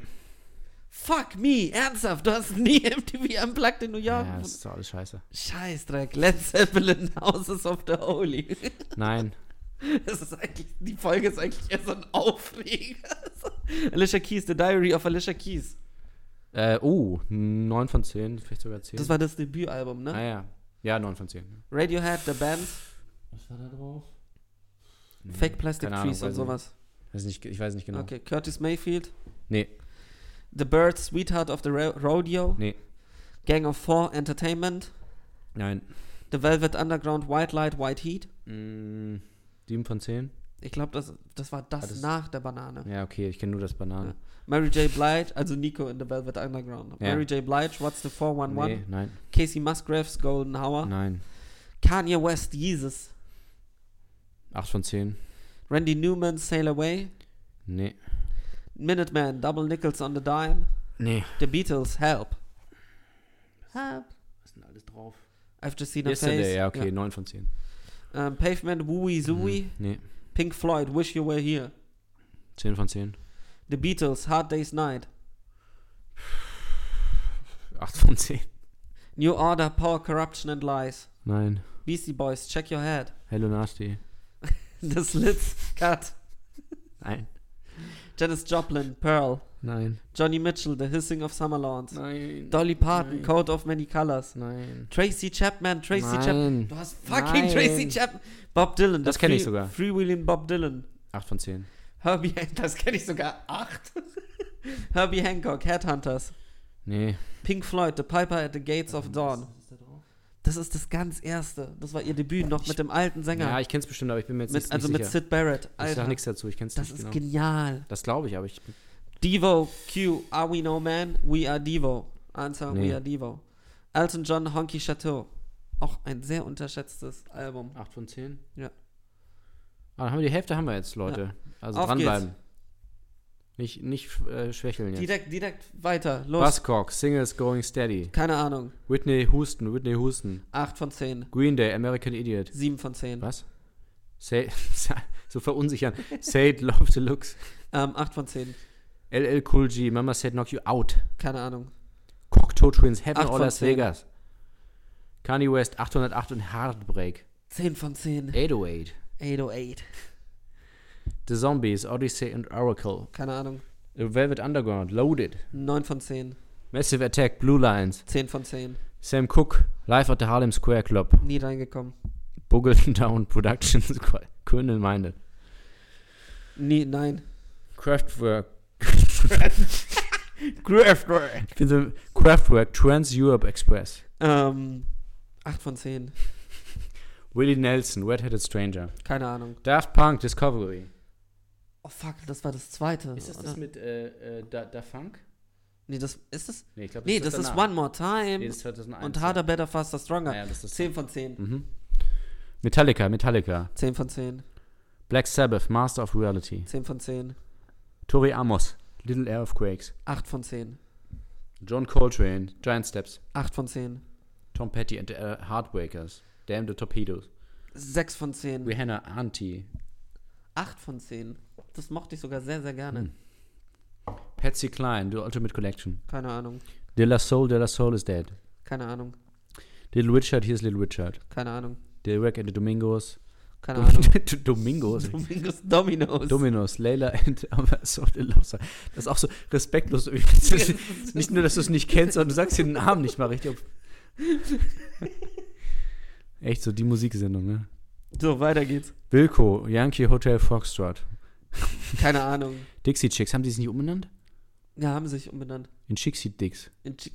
C: Fuck me, ernsthaft, du hast nie MTV Unplugged in New York.
D: ja, das ist doch alles scheiße.
C: Scheißdreck, Led Zeppelin, Houses of the Holy.
D: Nein,
C: Das ist eigentlich, die Folge ist eigentlich eher so ein Aufreger. Alicia Keys, The Diary of Alicia Keys.
D: äh, oh, 9 von 10, vielleicht sogar 10.
C: Das war das Debütalbum, ne?
D: ah, ja. ja, 9 von 10.
C: Radiohead, The Band,
D: Was war da drauf?
C: Fake Plastic
D: keine Ahnung,
C: Trees und
D: weiß
C: sowas.
D: Weiß nicht, ich weiß nicht genau.
C: Okay, Curtis Mayfield,
D: Nee,
C: The Birds, Sweetheart of the Ro Rodeo,
D: nee,
C: Gang of Four, Entertainment,
D: nein.
C: The Velvet Underground, White Light, White Heat.
D: Mm, 7 von 10?
C: Ich glaube, das, das war das,
D: Ah, das-
C: nach der Banane.
D: Ja, okay, ich kenne nur das Banane.
C: Mary J. Blige, also Nico in The Velvet Underground.
D: Ja.
C: Mary J. Blige, What's the 411?
D: Nee, nein,
C: Casey Musgraves, Golden Hour.
D: nein.
C: Kanye West, Jesus.
D: 8 von 10?
C: Randy Newman, Sail Away.
D: Nee.
C: Minuteman, Double Nickels on the Dime.
D: Nee.
C: The Beatles, Help. Help.
D: Was ist denn alles drauf?
C: I've just seen a face.
D: Yesterday, ja, okay, Mm-hmm. 9 von 10.
C: Ja. Ähm, Pavement, Wooey Zooey.
D: Nee,
C: Pink Floyd, Wish You Were Here.
D: 10 von 10.
C: The Beatles, Hard Day's Night.
D: 8 von 10.
C: New Order, Power, Corruption and Lies.
D: Nein.
C: Beastie Boys, Check Your Head.
D: Hello Nasty.
C: The Slits, Cut.
D: Nein.
C: Janis Joplin, Pearl.
D: Nein.
C: Johnny Mitchell, The Hissing of Summerlawns.
D: Nein.
C: Dolly Parton,
D: Nein.
C: Code of Many Colors.
D: Nein.
C: Tracy Chapman, Tracy Chapman.
D: Nein.
C: Du hast fucking
D: Nein.
C: Tracy Chapman. Bob Dylan.
D: Das
C: der
D: kenn ich
C: Free-
D: sogar.
C: Freewheeling Bob Dylan.
D: 8 von 10.
C: Herbie, Han- das kenne ich sogar. Acht. Herbie Hancock, Headhunters.
D: Nee.
C: Pink Floyd, The Piper at the Gates of Dawn. Das ist das ganz erste. Das war ihr Debüt noch mit dem alten Sänger.
D: Ja, ich kenn's bestimmt, aber ich bin mir jetzt
C: mit,
D: nicht,
C: also
D: nicht
C: mit
D: sicher.
C: Sid Barrett.
D: ich
C: Alter,
D: sag nichts dazu, ich kenn's
C: das
D: nicht
C: ist
D: genau.
C: genial.
D: Das glaube ich, aber ich
C: Devo, Q, Are We No Man? We Are Devo. Answer,
D: Nee.
C: We Are Devo. Elton John, Honky Chateau. Auch ein sehr unterschätztes Album.
D: 8 von 10?
C: Ja.
D: Ah, dann haben wir die Hälfte haben wir jetzt, Leute. Also
C: Auf
D: dranbleiben. Nicht, nicht äh, schwächeln jetzt.
C: Direkt, direkt weiter. Los.
D: Buzzcock, Singles Going Steady.
C: Keine Ahnung.
D: Whitney Houston, Whitney Houston.
C: 8 von 10.
D: Green Day, American Idiot.
C: 7 von 10.
D: Was? Say, so verunsichern. Say it, love the looks.
C: Ähm, 8 von 10.
D: LL Cool G, Mama said knock you out.
C: Keine Ahnung.
D: Cocteau Twins, Heaven
C: Acht
D: or
C: von
D: Las
C: zehn.
D: Vegas. Kanye West, 808 und Heartbreak.
C: 10 von 10.
D: 808.
C: 808.
D: The Zombies, Odyssey and Oracle.
C: Keine Ahnung.
D: The Äh, Velvet Underground, Loaded.
C: 9 von 10.
D: Massive Attack, Blue Lines.
C: 10 von 10.
D: Sam Cooke, Live at the Harlem Square Club.
C: Nie reingekommen.
D: Buggleton Down Productions, Colonel Minded.
C: Nie, nein.
D: Craftwork. Craftwork. Ich bin so Craftwork, Trans Europe Express.
C: Ähm, 8 von 10.
D: Willie Nelson, Red-Headed Stranger.
C: Keine Ahnung.
D: Daft Punk, Discovery.
C: Oh fuck, das war das zweite. oder?
D: mit äh, da, Funk?
C: Nee, das ist das.
D: Nee, ich glaube,
C: Nee, das ist One More Time und Harder, Better, Faster, Stronger.
D: Ja, das ist
C: 10 von 10.
D: Mhm. Metallica, Metallica.
C: 10 von 10.
D: Black Sabbath, Master of Reality.
C: 10 von 10.
D: Tori Amos, Little Earthquakes.
C: 8 von 10.
D: John Coltrane, Giant Steps.
C: 8 von 10.
D: Tom Petty and the äh, Heartbreakers. Damn the Torpedoes.
C: 6 von 10.
D: Rihanna, Auntie.
C: 8 von 10. Das mochte ich sogar sehr, sehr gerne.
D: Mhm. Patsy Cline, The Ultimate Collection.
C: Keine Ahnung.
D: De La Soul, De La Soul is Dead.
C: Keine Ahnung.
D: Little Richard, here's Little Richard.
C: Keine Ahnung.
D: The Wreck and the Domingos.
C: Keine
D: Dom-
C: Ahnung.
D: Domingos.
C: Domingos Dominos.
D: Dominos, Layla and aber so the Loser. Das ist auch so respektlos. irgendwie. Das ist nicht nur, dass du es nicht kennst, sondern du sagst dir den Namen nicht mal richtig. Echt so die Musiksendung, ne?
C: so, weiter geht's.
D: Wilco, Yankee Hotel Foxtrot.
C: Keine Ahnung.
D: Dixie Chicks, haben die es nicht umbenannt?
C: Ja, haben sich umbenannt.
D: In Chicksy Dicks.
C: In Chi-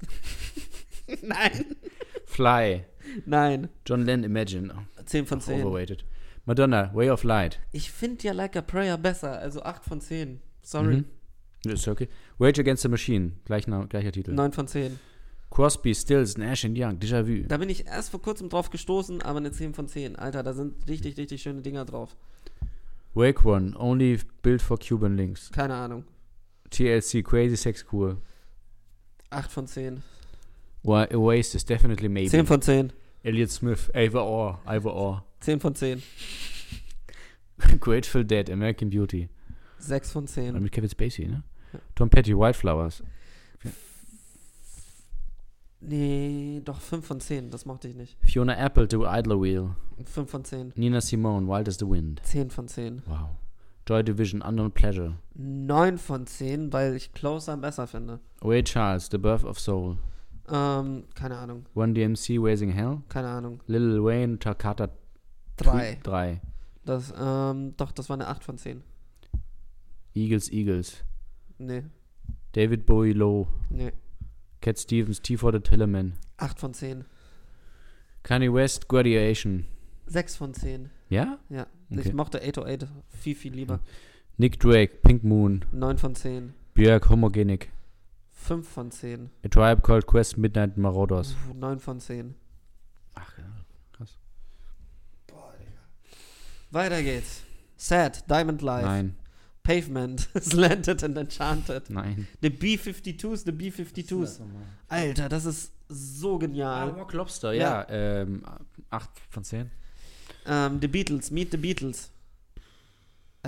C: Nein.
D: Fly,
C: Nein.
D: John Lennon Imagine. Oh,
C: 10 von 10.
D: Overrated. Madonna, Way of Light.
C: Ich finde ja Like a Prayer besser. Also 8 von 10. Sorry.
D: Mhm. Ist okay. Rage Against the Machine, gleicher, gleicher Titel.
C: 9 von 10.
D: Crosby, Stills, Nash and Young, Déjà Vu.
C: Da bin ich erst vor kurzem drauf gestoßen, aber eine 10 von 10. Alter, da sind richtig, richtig schöne Dinger drauf.
D: Wake One, Only Built for Cuban Links.
C: Keine Ahnung.
D: TLC, Crazy Sex Cool.
C: 8 von 10.
D: Why Oasis, Definitely Maybe.
C: 10 von 10.
D: Elliot Smith, Ava Orr, Ava Orr.
C: 10 von 10.
D: Grateful Dead, American Beauty.
C: 6 von 10.
D: Mit Kevin Spacey, ne? Tom Petty, Wildflowers.
C: Nee, doch 5 von 10. Das mochte ich nicht.
D: Fiona Apple, The Idler Wheel.
C: 5 von 10.
D: Nina Simone, Wild as the Wind.
C: 10 von 10.
D: Wow. Joy Division, Unknown Pleasure.
C: 9 von 10, weil ich Closer besser finde.
D: Ray Charles, The Birth of Soul.
C: Ähm, keine Ahnung.
D: One DMC, Raising Hell.
C: Keine Ahnung.
D: Lil Wayne, Takata
C: 3.
D: 3.
C: Das, ähm, doch, das war eine 8 von 10.
D: Eagles, Eagles.
C: Nee,
D: David Bowie, Low.
C: nee.
D: Cat Stevens, T for the Tillerman.
C: 8 von 10.
D: Kanye West, Graduation.
C: 6 von 10.
D: Ja?
C: Ja.
D: Okay.
C: Ich mochte 808 viel, viel lieber.
D: Nick Drake, Pink Moon.
C: 9 von 10.
D: Björk, Homogenic.
C: 5 von 10.
D: A Tribe Called Quest, Midnight Marauders.
C: Puh, 9 von 10.
D: Ach,
C: Weiter geht's. Sad, Diamond Life,
D: nein,
C: Pavement, Slanted and Enchanted.
D: nein.
C: The B-52s, The B-52s. Alter, das ist so
D: Ah,
C: genial.
D: Rock Lobster, ja. Ähm, 8 von 10.
C: Ähm, the Beatles, Meet the Beatles.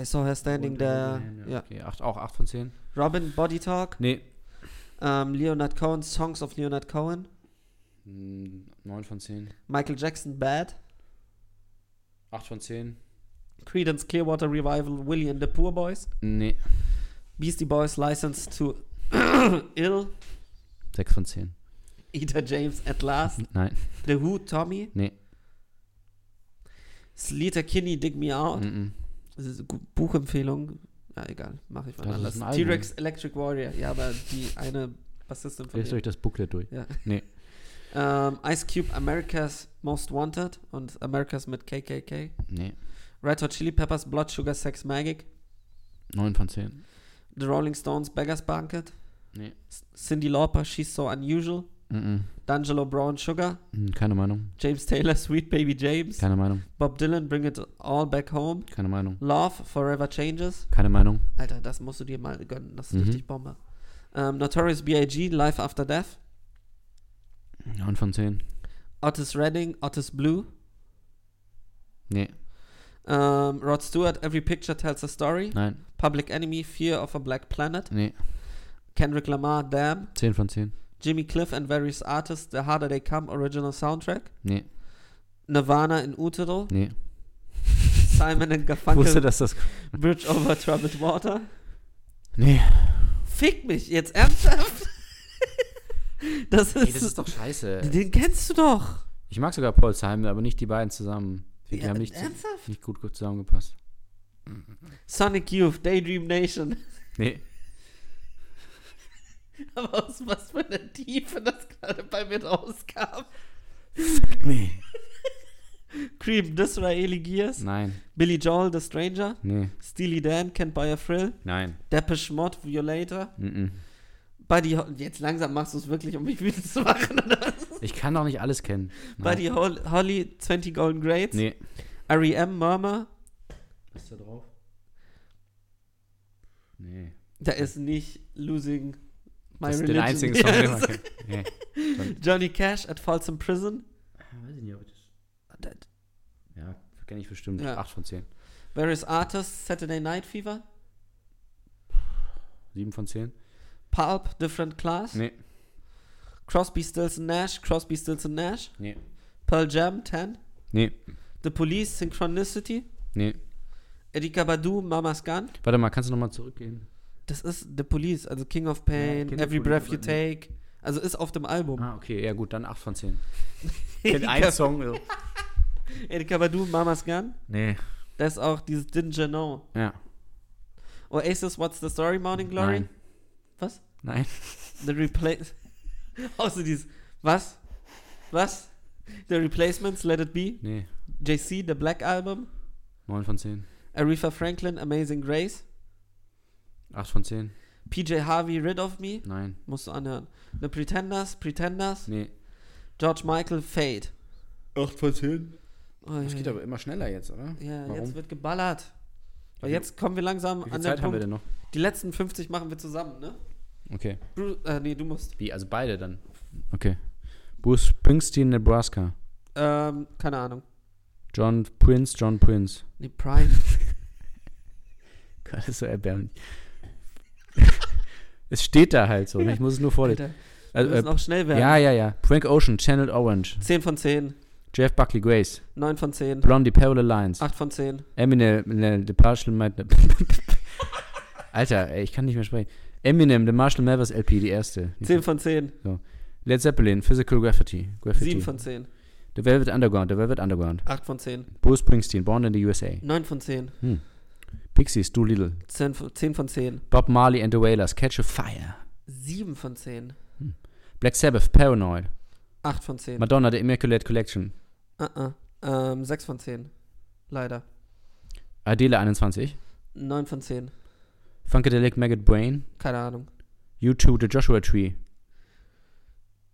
C: I saw her standing there.
D: Ja.
C: Ja.
D: äh, Okay, acht, auch 8 von 10.
C: Robin, Body Talk.
D: Nee,
C: Ähm, Leonard Cohen, Songs of Leonard Cohen.
D: 9 Hm, von 10.
C: Michael Jackson, Bad.
D: 8 von 10.
C: Credence Clearwater Revival, Willie and the Poor Boys.
D: Nee,
C: Beastie Boys, License to Ill.
D: 6 von 10.
C: Eta James at Last.
D: Nein,
C: The Who, Tommy.
D: nee.
C: Sleater Kinney, Dig Me Out.
D: mhm.
C: Das ist eine Gu- Buchempfehlung. Ja, egal. Mache ich mal
D: Das
C: anders.
D: ist ein Album.
C: T-Rex Electric Warrior. Ja, aber die eine Bassistin von
D: Lest
C: mir.
D: euch das Booklet durch.
C: Ja.
D: Nee.
C: Ähm, Ice Cube, America's Most Wanted und America's mit KKK.
D: Nee,
C: Red Hot Chili Peppers, Blood Sugar Sex Magic.
D: 9 von 10.
C: The Rolling Stones, Beggar's Banquet.
D: Nee.
C: S- Cyndi Lauper, She's So Unusual.
D: Mhm.
C: D'Angelo Brown, Sugar.
D: Mhm, Keine Meinung,
C: James Taylor, Sweet Baby James.
D: keine Meinung,
C: Bob Dylan, Bring It All Back Home.
D: keine Meinung,
C: Love, Forever Changes.
D: keine Meinung.
C: Alter, das musst du dir mal gönnen. Das ist
D: Mhm.
C: richtig Bombe. Ähm, Notorious B.I.G., Life After Death.
D: 9 von 10.
C: Otis Redding, Otis Blue.
D: Nee,
C: Ähm, Rod Stewart, Every Picture Tells a Story.
D: Nein,
C: Public Enemy, Fear of a Black Planet.
D: nee,
C: Kendrick Lamar, Damn.
D: 10 von 10.
C: Jimmy Cliff and Various Artists, The Harder They Come, Original Soundtrack.
D: Nee,
C: Nirvana in Utero.
D: nee.
C: Simon and
D: Ich wusste,
C: Garfunkel,
D: dass das.
C: Bridge Over Troubled Water.
D: Nee.
C: Fick mich, jetzt ernsthaft? das, ist,
D: Ey, das ist doch scheiße.
C: Den kennst du doch.
D: Ich mag sogar Paul Simon, aber nicht die beiden zusammen. Die
C: Ja,
D: haben nicht,
C: ernsthaft?
D: nicht gut, gut zusammengepasst.
C: Sonic Youth, Daydream Nation.
D: Nee.
C: Aber aus was für einer Tiefe das gerade bei mir rauskam.
D: Nee.
C: Creep, Disraeli Gears.
D: Nein,
C: Billy Joel, The Stranger.
D: nee,
C: Steely Dan, Can't Buy a Thrill.
D: nein.
C: Depeche Mod, Violator.
D: Mm -mm.
C: Buddy, Ho- jetzt langsam machst du es wirklich, um mich wütend zu machen. Oder?
D: Ich kann doch nicht alles kennen. Nein.
C: Buddy Hol Holly, 20 Golden Grades.
D: Nee.
C: R.E.M. Murmur.
D: Ist da drauf? Nee.
C: Da ist nicht Losing My
D: das ist
C: Religion.
D: den einzigen Song, den man
C: Yes.
D: kennt. Nee.
C: Johnny Cash at Folsom Prison.
D: Ah, Weiß ich nicht, ob ich das. Ja, kenne ich bestimmt.
C: Ja.
D: 8 von 10.
C: Various Artists, Saturday Night Fever.
D: 7 von 10?
C: Pulp, Different Class.
D: Nee,
C: Crosby, Stills and Nash. Crosby, Stills and Nash.
D: nee,
C: Pearl Jam, 10.
D: nee,
C: The Police, Synchronicity.
D: nee.
C: Erika Badu, Mama's Gun.
D: Warte mal, kannst du nochmal zurückgehen?
C: Das ist The Police, also King of Pain,
D: kenn ich
C: Every
D: wohl,
C: Breath
D: aber
C: You
D: nee.
C: Take. Also ist auf dem Album.
D: Ah, okay, ja gut, dann 8 von 10. Kennt einen Song. So.
C: Erika Badu, Mama's Gun.
D: Nee.
C: Da ist auch dieses Didn't You Know.
D: Ja.
C: Oasis, What's the Story, Morning Glory.
D: Nein.
C: Was?
D: Nein.
C: The Replace. Außer dieses. Was? Was? The Replacements, Let It Be.
D: Nee.
C: JC, The Black Album.
D: 9 von 10.
C: Aretha Franklin, Amazing Grace.
D: 8 von 10.
C: PJ Harvey, Rid of Me.
D: Nein.
C: Musst du anhören. The Pretenders, Pretenders.
D: Nee.
C: George Michael, Fade.
D: 8 von 10?
C: Oh,
D: Das
C: ja,
D: geht aber immer schneller jetzt, oder?
C: ja,
D: Warum?
C: jetzt wird geballert. Aber
D: Wie-
C: jetzt kommen wir langsam
D: Wie viel
C: an
D: Zeit
C: den
D: haben wir
C: Punkt.
D: denn noch?
C: Die letzten 50 machen wir zusammen, ne?
D: Okay.
C: Bruce, äh, nee, du musst.
D: Wie, also beide dann? Okay. Bruce Springsteen, Nebraska.
C: Ähm, keine Ahnung.
D: John Prince, John Prince.
C: Nee, Prime.
D: Gott, das ist so erbärmlich. es steht da halt so, ne? ich muss es nur vorlesen.
C: Alter, wir
D: Also,
C: müssen
D: äh,
C: auch schnell werden.
D: ja, ja, ja. Frank Ocean, Channel Orange.
C: 10 von 10,
D: Jeff Buckley Grace.
C: 9 von 10,
D: Blondie, Parallel Lines.
C: 8 von 10.
D: Eminem, ne, The Marshall Ma Alter, ey, ich kann nicht mehr sprechen. Eminem, The Marshall Mathers LP, die erste.
C: 10 von 10,
D: Led Zeppelin, Physical Graffiti. Graffiti.
C: 7 von 10,
D: The Velvet Underground, The Velvet Underground.
C: 8 von 10,
D: Bruce Springsteen, Born in the USA.
C: 9 von 10,
D: Pixies, Do Little.
C: 10, von- 10 von 10,
D: Bob Marley and the Wailers, Catch a Fire.
C: 7 von 10,
D: Black Sabbath, Paranoid.
C: 8 von 10,
D: Madonna, The Immaculate Collection.
C: uh -uh. Ähm, 6 von 10, leider.
D: Adele 21.
C: 9 von 10,
D: Funkadelic Maggot Brain.
C: keine Ahnung.
D: U2, The Joshua Tree.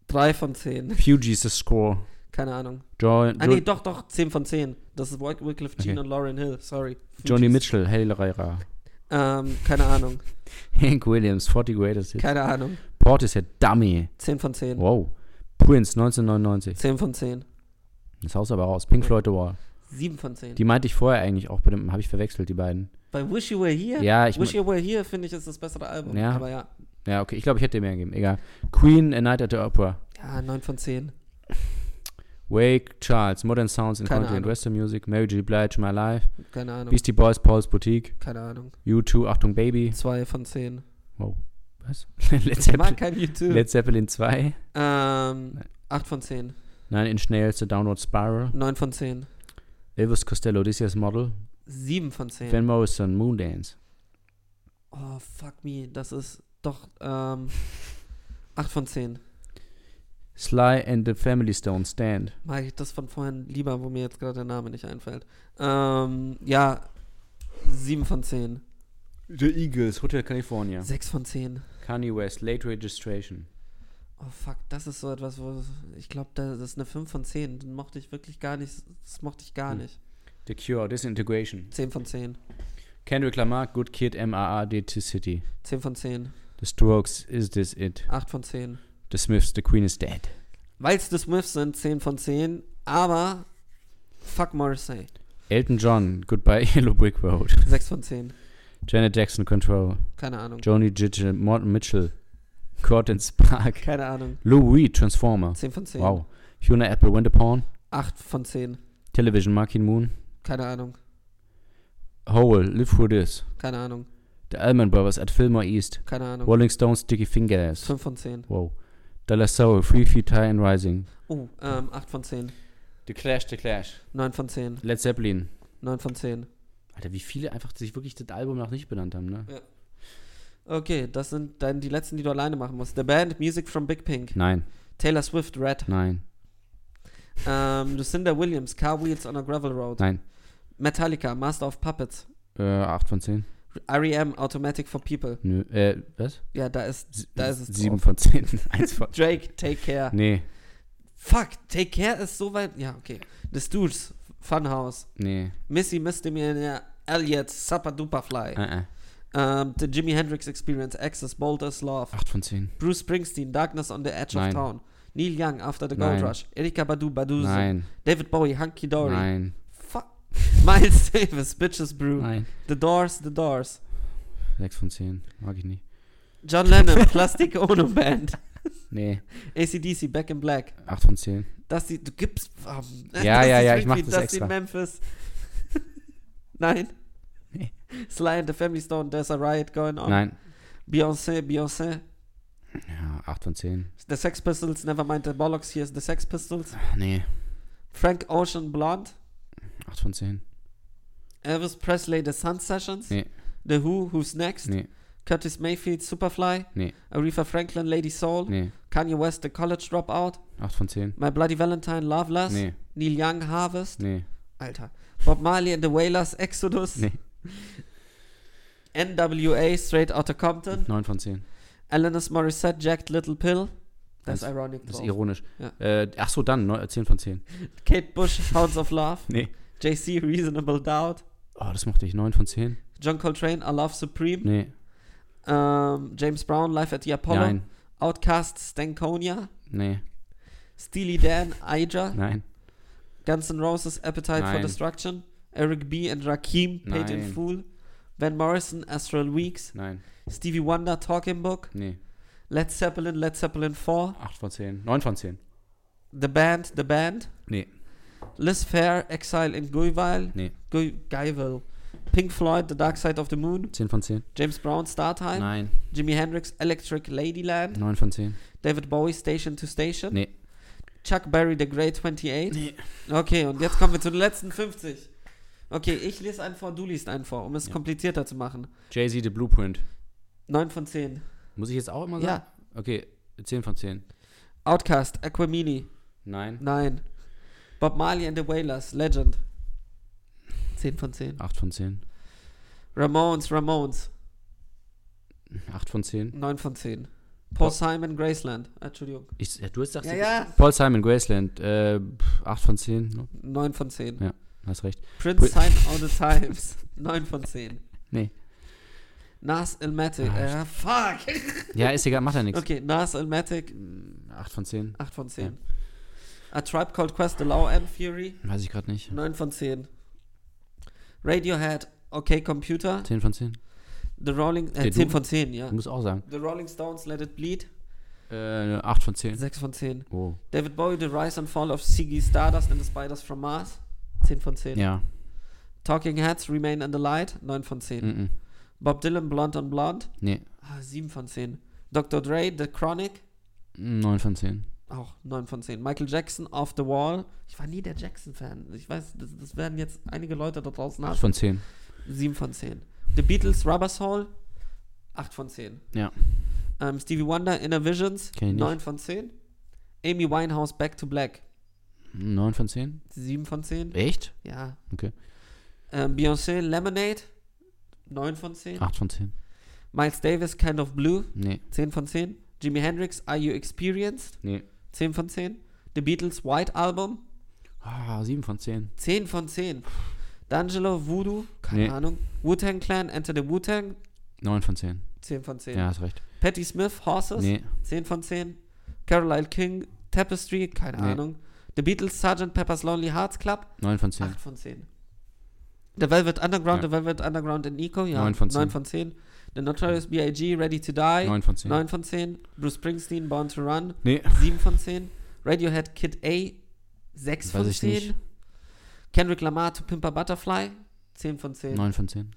C: 3 von 10,
D: Fugees, The Score.
C: keine Ahnung.
D: Jo
C: Ah,
D: jo
C: nee, doch, doch, 10 von 10. Das ist Wyc- Wycliffe Jean
D: Okay.
C: und Lauren Hill, sorry.
D: Johnny
C: Fujis.
D: Mitchell, Hail Rira.
C: Ähm, keine Ahnung,
D: Hank Williams, 40 Greatest Hits.
C: keine Ahnung.
D: Portishead, Dummy.
C: 10 von 10,
D: Wow. Prince, 1999.
C: 10 von 10,
D: Das haust du aber raus. Pink Floyd, The Wall.
C: 7 von 10.
D: Die meinte ich vorher eigentlich auch bei dem, habe ich verwechselt, die beiden.
C: Bei Wish You Were Here?
D: Ja, ich
C: Wish You Were Here, finde ich, ist das bessere Album.
D: Ja.
C: Aber ja,
D: Ja, okay, ich glaube, ich hätte dir mehr gegeben. Egal. Queen, A Night at the Opera.
C: ja, 9 von 10.
D: Wake, Charles, Modern Sounds in
C: Keine
D: Country and
C: Ahnung.
D: Western Music, Mary J. Blige, My Life,
C: Keine Ahnung.
D: Beastie Boys, Paul's Boutique,
C: Keine Ahnung.
D: U2, Achtung Baby.
C: 2 von 10.
D: Wow. Was? Led,
C: Ich mag
D: Zeppelin,
C: kein YouTube.
D: Led Zeppelin 2.
C: Ähm, 8 von 10.
D: Nein, in Nails, The Downward Spiral.
C: 9 von 10.
D: Elvis Costello, This Year's Model.
C: 7 von 10.
D: Van Morrison, Moondance.
C: Oh, fuck me. Das ist doch, ähm, 8 von 10.
D: Sly and the Family Stone, Stand.
C: Mag ich das von vorhin lieber, wo mir jetzt gerade der Name nicht einfällt. Ähm, ja, 7 von 10.
D: The Eagles, Hotel California.
C: 6 von 10.
D: Kanye West, Late Registration.
C: Oh fuck, das ist so etwas, wo ich glaube, das ist eine 5 von 10. Den mochte ich wirklich gar nicht. Das mochte ich gar
D: Hm.
C: nicht.
D: The Cure, Disintegration.
C: 10 von 10.
D: Kendrick Lamar, Good Kid, M.A.A.D.T. City.
C: 10 von 10.
D: The Strokes, Is This It?
C: 8 von 10.
D: The Smiths, The Queen is Dead.
C: Weil es The Smiths sind, 10 von 10. Aber fuck Morrissey.
D: Elton John, Goodbye Yellow Brick Road.
C: 6 von 10.
D: Janet Jackson, Control.
C: Keine Ahnung.
D: Joni Gitchell, Morton Mitchell, Courtney Spark.
C: Keine Ahnung.
D: Lou Reed, Transformer.
C: 10 von 10.
D: Wow. Fiona Apple, Winter Pawn.
C: 8 von 10.
D: Television, Markin Moon.
C: Keine Ahnung.
D: Hole, Live For This.
C: Keine Ahnung.
D: The Allman Brothers at Fillmore East.
C: Keine Ahnung.
D: Rolling Stones, Sticky Fingers.
C: 5 von 10.
D: Wow. Dallas Soul, Free Feet High and Rising.
C: Oh, ähm, 8 von 10.
D: The Clash, The Clash.
C: 9 von 10.
D: Led Zeppelin.
C: 9 von 10.
D: Alter, wie viele einfach sich wirklich das Album noch nicht benannt haben, ne?
C: Okay, das sind dann die letzten, die du alleine machen musst. The Band, Music from Big Pink.
D: Nein,
C: Taylor Swift, Red.
D: nein,
C: Ähm, Lucinda Williams, Car Wheels on a Gravel Road.
D: nein.
C: Metallica, Master of Puppets.
D: Äh, 8 von 10.
C: R.E.M., Automatic for People.
D: Nö, äh, was?
C: Ja, da ist, da ist es
D: 7
C: drauf.
D: von 10. 1 von
C: Drake, Take Care.
D: Nee,
C: Fuck, Take Care ist so weit. Ja, okay. The Stooges, Funhouse.
D: nee.
C: Missy Misdemeanor, Elliot, Supper Duper Fly.
D: Äh, äh.
C: Ähm, the Jimi Hendrix Experience, Access, Boulder's Love.
D: 8 von 10.
C: Bruce Springsteen, Darkness on the Edge
D: Nein.
C: of Town. Neil Young, After the Gold
D: Nein.
C: Rush. Erika Badu, Baduzi.
D: Nein,
C: David Bowie, Hunky Dory.
D: nein,
C: Fuck. Miles Davis, Bitches Brew.
D: nein.
C: The Doors, The Doors.
D: 6 von 10. Mag ich nicht.
C: John Lennon, Plastik ohne Band.
D: Nee,
C: ACDC, Back in Black.
D: 8 von 10.
C: Das die, du gibst. ah,
D: Ja,
C: das
D: ja,
C: die
D: ja, ich mach
C: Springfield,
D: das
C: die
D: extra.
C: Memphis. Nein.
D: Nee.
C: Sly and the Family Stone, There's a Riot Going On.
D: Nein.
C: Beyoncé, Beyoncé.
D: Ja, 8 von 10.
C: The Sex Pistols, Nevermind the Bollocks, here's the Sex Pistols.
D: Nee,
C: Frank Ocean, Blonde.
D: 8 von 10.
C: Elvis Presley, The Sun Sessions.
D: Nee.
C: The Who, Who's Next.
D: Nee,
C: Curtis Mayfield, Superfly.
D: Nee.
C: Aretha Franklin, Lady Soul.
D: nee.
C: Kanye West, The College Dropout.
D: 8 von 10.
C: My Bloody Valentine, Loveless.
D: Nee,
C: Neil Young, Harvest.
D: nee.
C: Alter. Bob Marley and the Wailers, Exodus.
D: Nee.
C: NWA, Straight Outta Compton.
D: 9 von 10.
C: Alanis Morissette, Jacked Little Pill. Das ist
D: Das-
C: ironic.
D: Das ist
C: drauf.
D: ironisch.
C: Ja.
D: Äh, ach so, dann. neu- 10 von 10.
C: Kate Bush, Hounds of Love.
D: Nee.
C: JC, Reasonable Doubt.
D: Oh, das mochte ich. 9 von 10.
C: John Coltrane, I Love Supreme.
D: Nee,
C: Ähm, James Brown, Live at the Apollo.
D: nein.
C: Outcast, Stankonia.
D: Nee,
C: Steely Dan, Aja.
D: nein.
C: Guns N' Roses, Appetite for
D: Nein.
C: Destruction. Eric B. and Rakim, Paid in
D: Nein.
C: Fool. Van Morrison, Astral Weeks.
D: Nein.
C: Stevie Wonder, Talking Book.
D: Nee.
C: Led Zeppelin, Led Zeppelin 4.
D: 8 von 10. 9 von 10.
C: The Band, The Band.
D: Nee.
C: Liz Fair, Exile in Guival.
D: Nee.
C: Gu Guyville. Pink Floyd, The Dark Side of the Moon.
D: 10 von 10.
C: James Brown, Startime.
D: Nein.
C: Jimi Hendrix, Electric Ladyland.
D: 9 von 10.
C: David Bowie, Station to Station.
D: Nee.
C: Chuck Berry, The Great 28.
D: Nee.
C: Okay, und jetzt kommen wir zu den letzten 50. Okay, ich lese einen vor, du liest einen vor, um es
D: Ja.
C: komplizierter zu machen.
D: Jay-Z, The Blueprint.
C: 9 von 10.
D: Muss ich jetzt auch immer sagen?
C: Ja.
D: Ja. Okay, 10 von 10.
C: Outcast, Aquamini.
D: Nein.
C: Nein. Bob Marley and the Wailers, Legend. 10 von 10.
D: 8 von 10.
C: Ramones, Ramones.
D: 8 von 10.
C: 9 von 10. Paul Simon, Graceland. Ah, Entschuldigung.
D: Ich, ja, du hast gesagt,
C: Ja, ja.
D: Paul Simon, Graceland. Äh, 8 von 10. Ne?
C: 9 von 10.
D: Ja. Hast recht.
C: Prince
D: Pri-
C: Sign of the Times. 9 von 10.
D: Nee.
C: Nas Elmatic.
D: Ah,
C: Äh, fuck.
D: Ja, ist egal, macht ja nichts.
C: Okay, Nas Elmatic.
D: 8 von 10.
C: 8 von 10. A Tribe Called Quest, The Law and Fury.
D: Weiß ich gerade nicht.
C: 9 von 10. Radiohead, Okay Computer.
D: 10 von 10.
C: The Rolling,
D: Der
C: äh,
D: du- Mhm.
C: 10 von 10, ja.
D: Du musst auch sagen.
C: The Rolling Stones, Let It Bleed.
D: Äh, 8 von 10.
C: 6 von 10.
D: Oh.
C: David Bowie, The Rise and Fall of Ziggy Stardust and the Spiders from Mars. 10 von 10.
D: Ja.
C: Talking Heads, Remain in the Light. 9 von 10.
D: Mm -mm.
C: Bob Dylan, Blonde on Blonde.
D: Nee.
C: Ah, 7 von 10. Dr. Dre, The Chronic.
D: 9 von 10.
C: Auch 9 von 10. Michael Jackson, Off the Wall. Ich war nie der Jackson-Fan. Ich weiß, das, das werden jetzt einige Leute da draußen
D: 8
C: haben.
D: von 10.
C: 7 von 10. The Beatles, Rubber Soul. 8 von 10.
D: Ja.
C: Ähm, Stevie Wonder, Inner Visions.
D: Kenn ich nicht.
C: 9 von 10. Amy Winehouse, Back to Black.
D: 9 von 10.
C: 7 von 10.
D: Echt?
C: Ja.
D: Okay.
C: Ähm, Beyoncé, Lemonade, 9 von 10.
D: 8 von 10.
C: Miles Davis, Kind of Blue,
D: Nee.
C: 10 von 10. Jimi Hendrix, Are You Experienced,
D: Nee.
C: 10 von 10. The Beatles, White Album,
D: Ah, 7 von 10.
C: 10 von 10. D'Angelo, Voodoo, keine
D: Nee.
C: Ahnung. Wu-Tang Clan, Enter the Wu-Tang,
D: 9 von 10.
C: 10 von 10.
D: Ja, hast recht.
C: Patti Smith, Horses,
D: Nee.
C: 10 von 10. Caroline King, Tapestry, keine
D: Nee.
C: Ahnung. The Beatles, Sgt. Pepper's Lonely Hearts Club,
D: 9 von 10.
C: 8 von 10. Der Velvet Underground,
D: Ja.
C: der Velvet Underground in Nico, ja.
D: Neun von zehn.
C: 9 von 10. Der Notorious B.I.G., Ready to Die.
D: 9 von 10.
C: 9 von 10. Bruce Springsteen, Born to Run.
D: Nee,
C: 7 von 10. Radiohead Kid A, 6
D: Weiß
C: von
D: ich
C: 10.
D: nicht.
C: Kendrick Lamar to Pimper Butterfly, 10 von 10.
D: 9 von 10.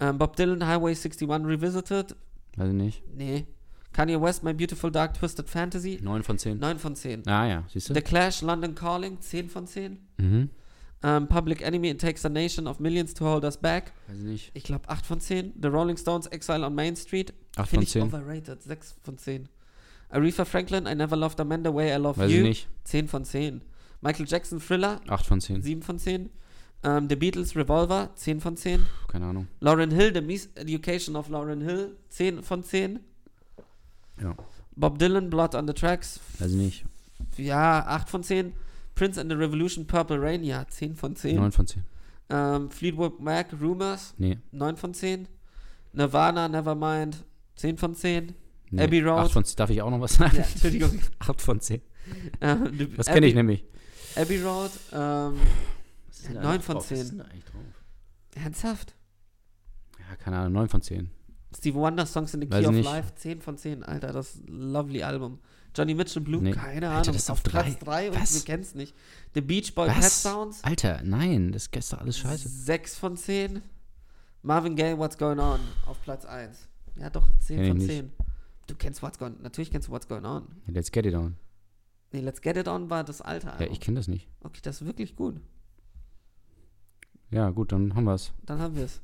C: Ähm, Bob Dylan Highway 61 Revisited,
D: Weiß ich nicht.
C: nee. Kanye West My Beautiful Dark Twisted Fantasy,
D: 9 von 10.
C: 9 von 10.
D: Ah ja, siehst
C: The
D: du?
C: Clash London Calling, 10 von 10.
D: Mhm.
C: Ähm, Public Enemy It Takes a Nation of Millions to Hold Us Back,
D: Weiß ich nicht.
C: ich glaube 8 von 10. The Rolling Stones Exile on Main Street,
D: Acht
C: finde
D: von
C: ich
D: zehn.
C: overrated, 6 von 10. Aretha Franklin I Never Loved a Man the Way I Love
D: Weiß
C: You,
D: ich nicht.
C: 10 von 10. Michael Jackson Thriller,
D: 8 von 10.
C: 7 von 10. Ähm, The Beatles Revolver, 10 von 10.
D: Puh, keine Ahnung.
C: Lauren Hill, The Miseducation of Lauren Hill, 10 von 10.
D: Ja.
C: Bob Dylan, Blood on the Tracks,
D: Weiß ich nicht.
C: ja, 8 von 10. Prince and the Revolution, Purple Rain, ja, 10 von 10.
D: 9 von 10.
C: Ähm, Fleetwood Mac, Rumors,
D: Nee.
C: 9 von 10. Nirvana, Nevermind, 10 von 10.
D: nee.
C: Abbey Road.
D: 8 von 10. Darf ich auch noch was sagen?
C: Ja, Entschuldigung.
D: 8 von 10.
C: Ähm, The-
D: Das kenne ich
C: Abbey-
D: nämlich.
C: Abbey Road, ähm, denn da 9 eigentlich von drauf? Was 10. ist denn ernsthaft?
D: Ja, keine Ahnung. 9 von 10.
C: Steve Wonder Songs in the
D: Weiß
C: Key of
D: nicht.
C: Life, 10 von 10, Alter, das lovely Album. Johnny Mitchell Blue,
D: Nee.
C: keine
D: Alter,
C: Ahnung,
D: das ist
C: auf
D: auf drei.
C: Platz 3 und
D: Was?
C: wir kennen's nicht. The Beach Boy Pet
D: Was?
C: Sounds,
D: Alter, nein. Das ist doch alles scheiße.
C: 6 von 10. Marvin Gaye, What's Going On, auf Platz 1. Ja, doch, 10
D: Kenn ich
C: von
D: nicht.
C: 10. Du kennst What's Going On, natürlich kennst du What's Going On.
D: Let's get it on.
C: Nee, Let's Get It On war das alte Album.
D: Ja, ich kenne das nicht.
C: okay, das ist wirklich gut.
D: Ja, gut, dann haben wir es.
C: Dann haben wir es.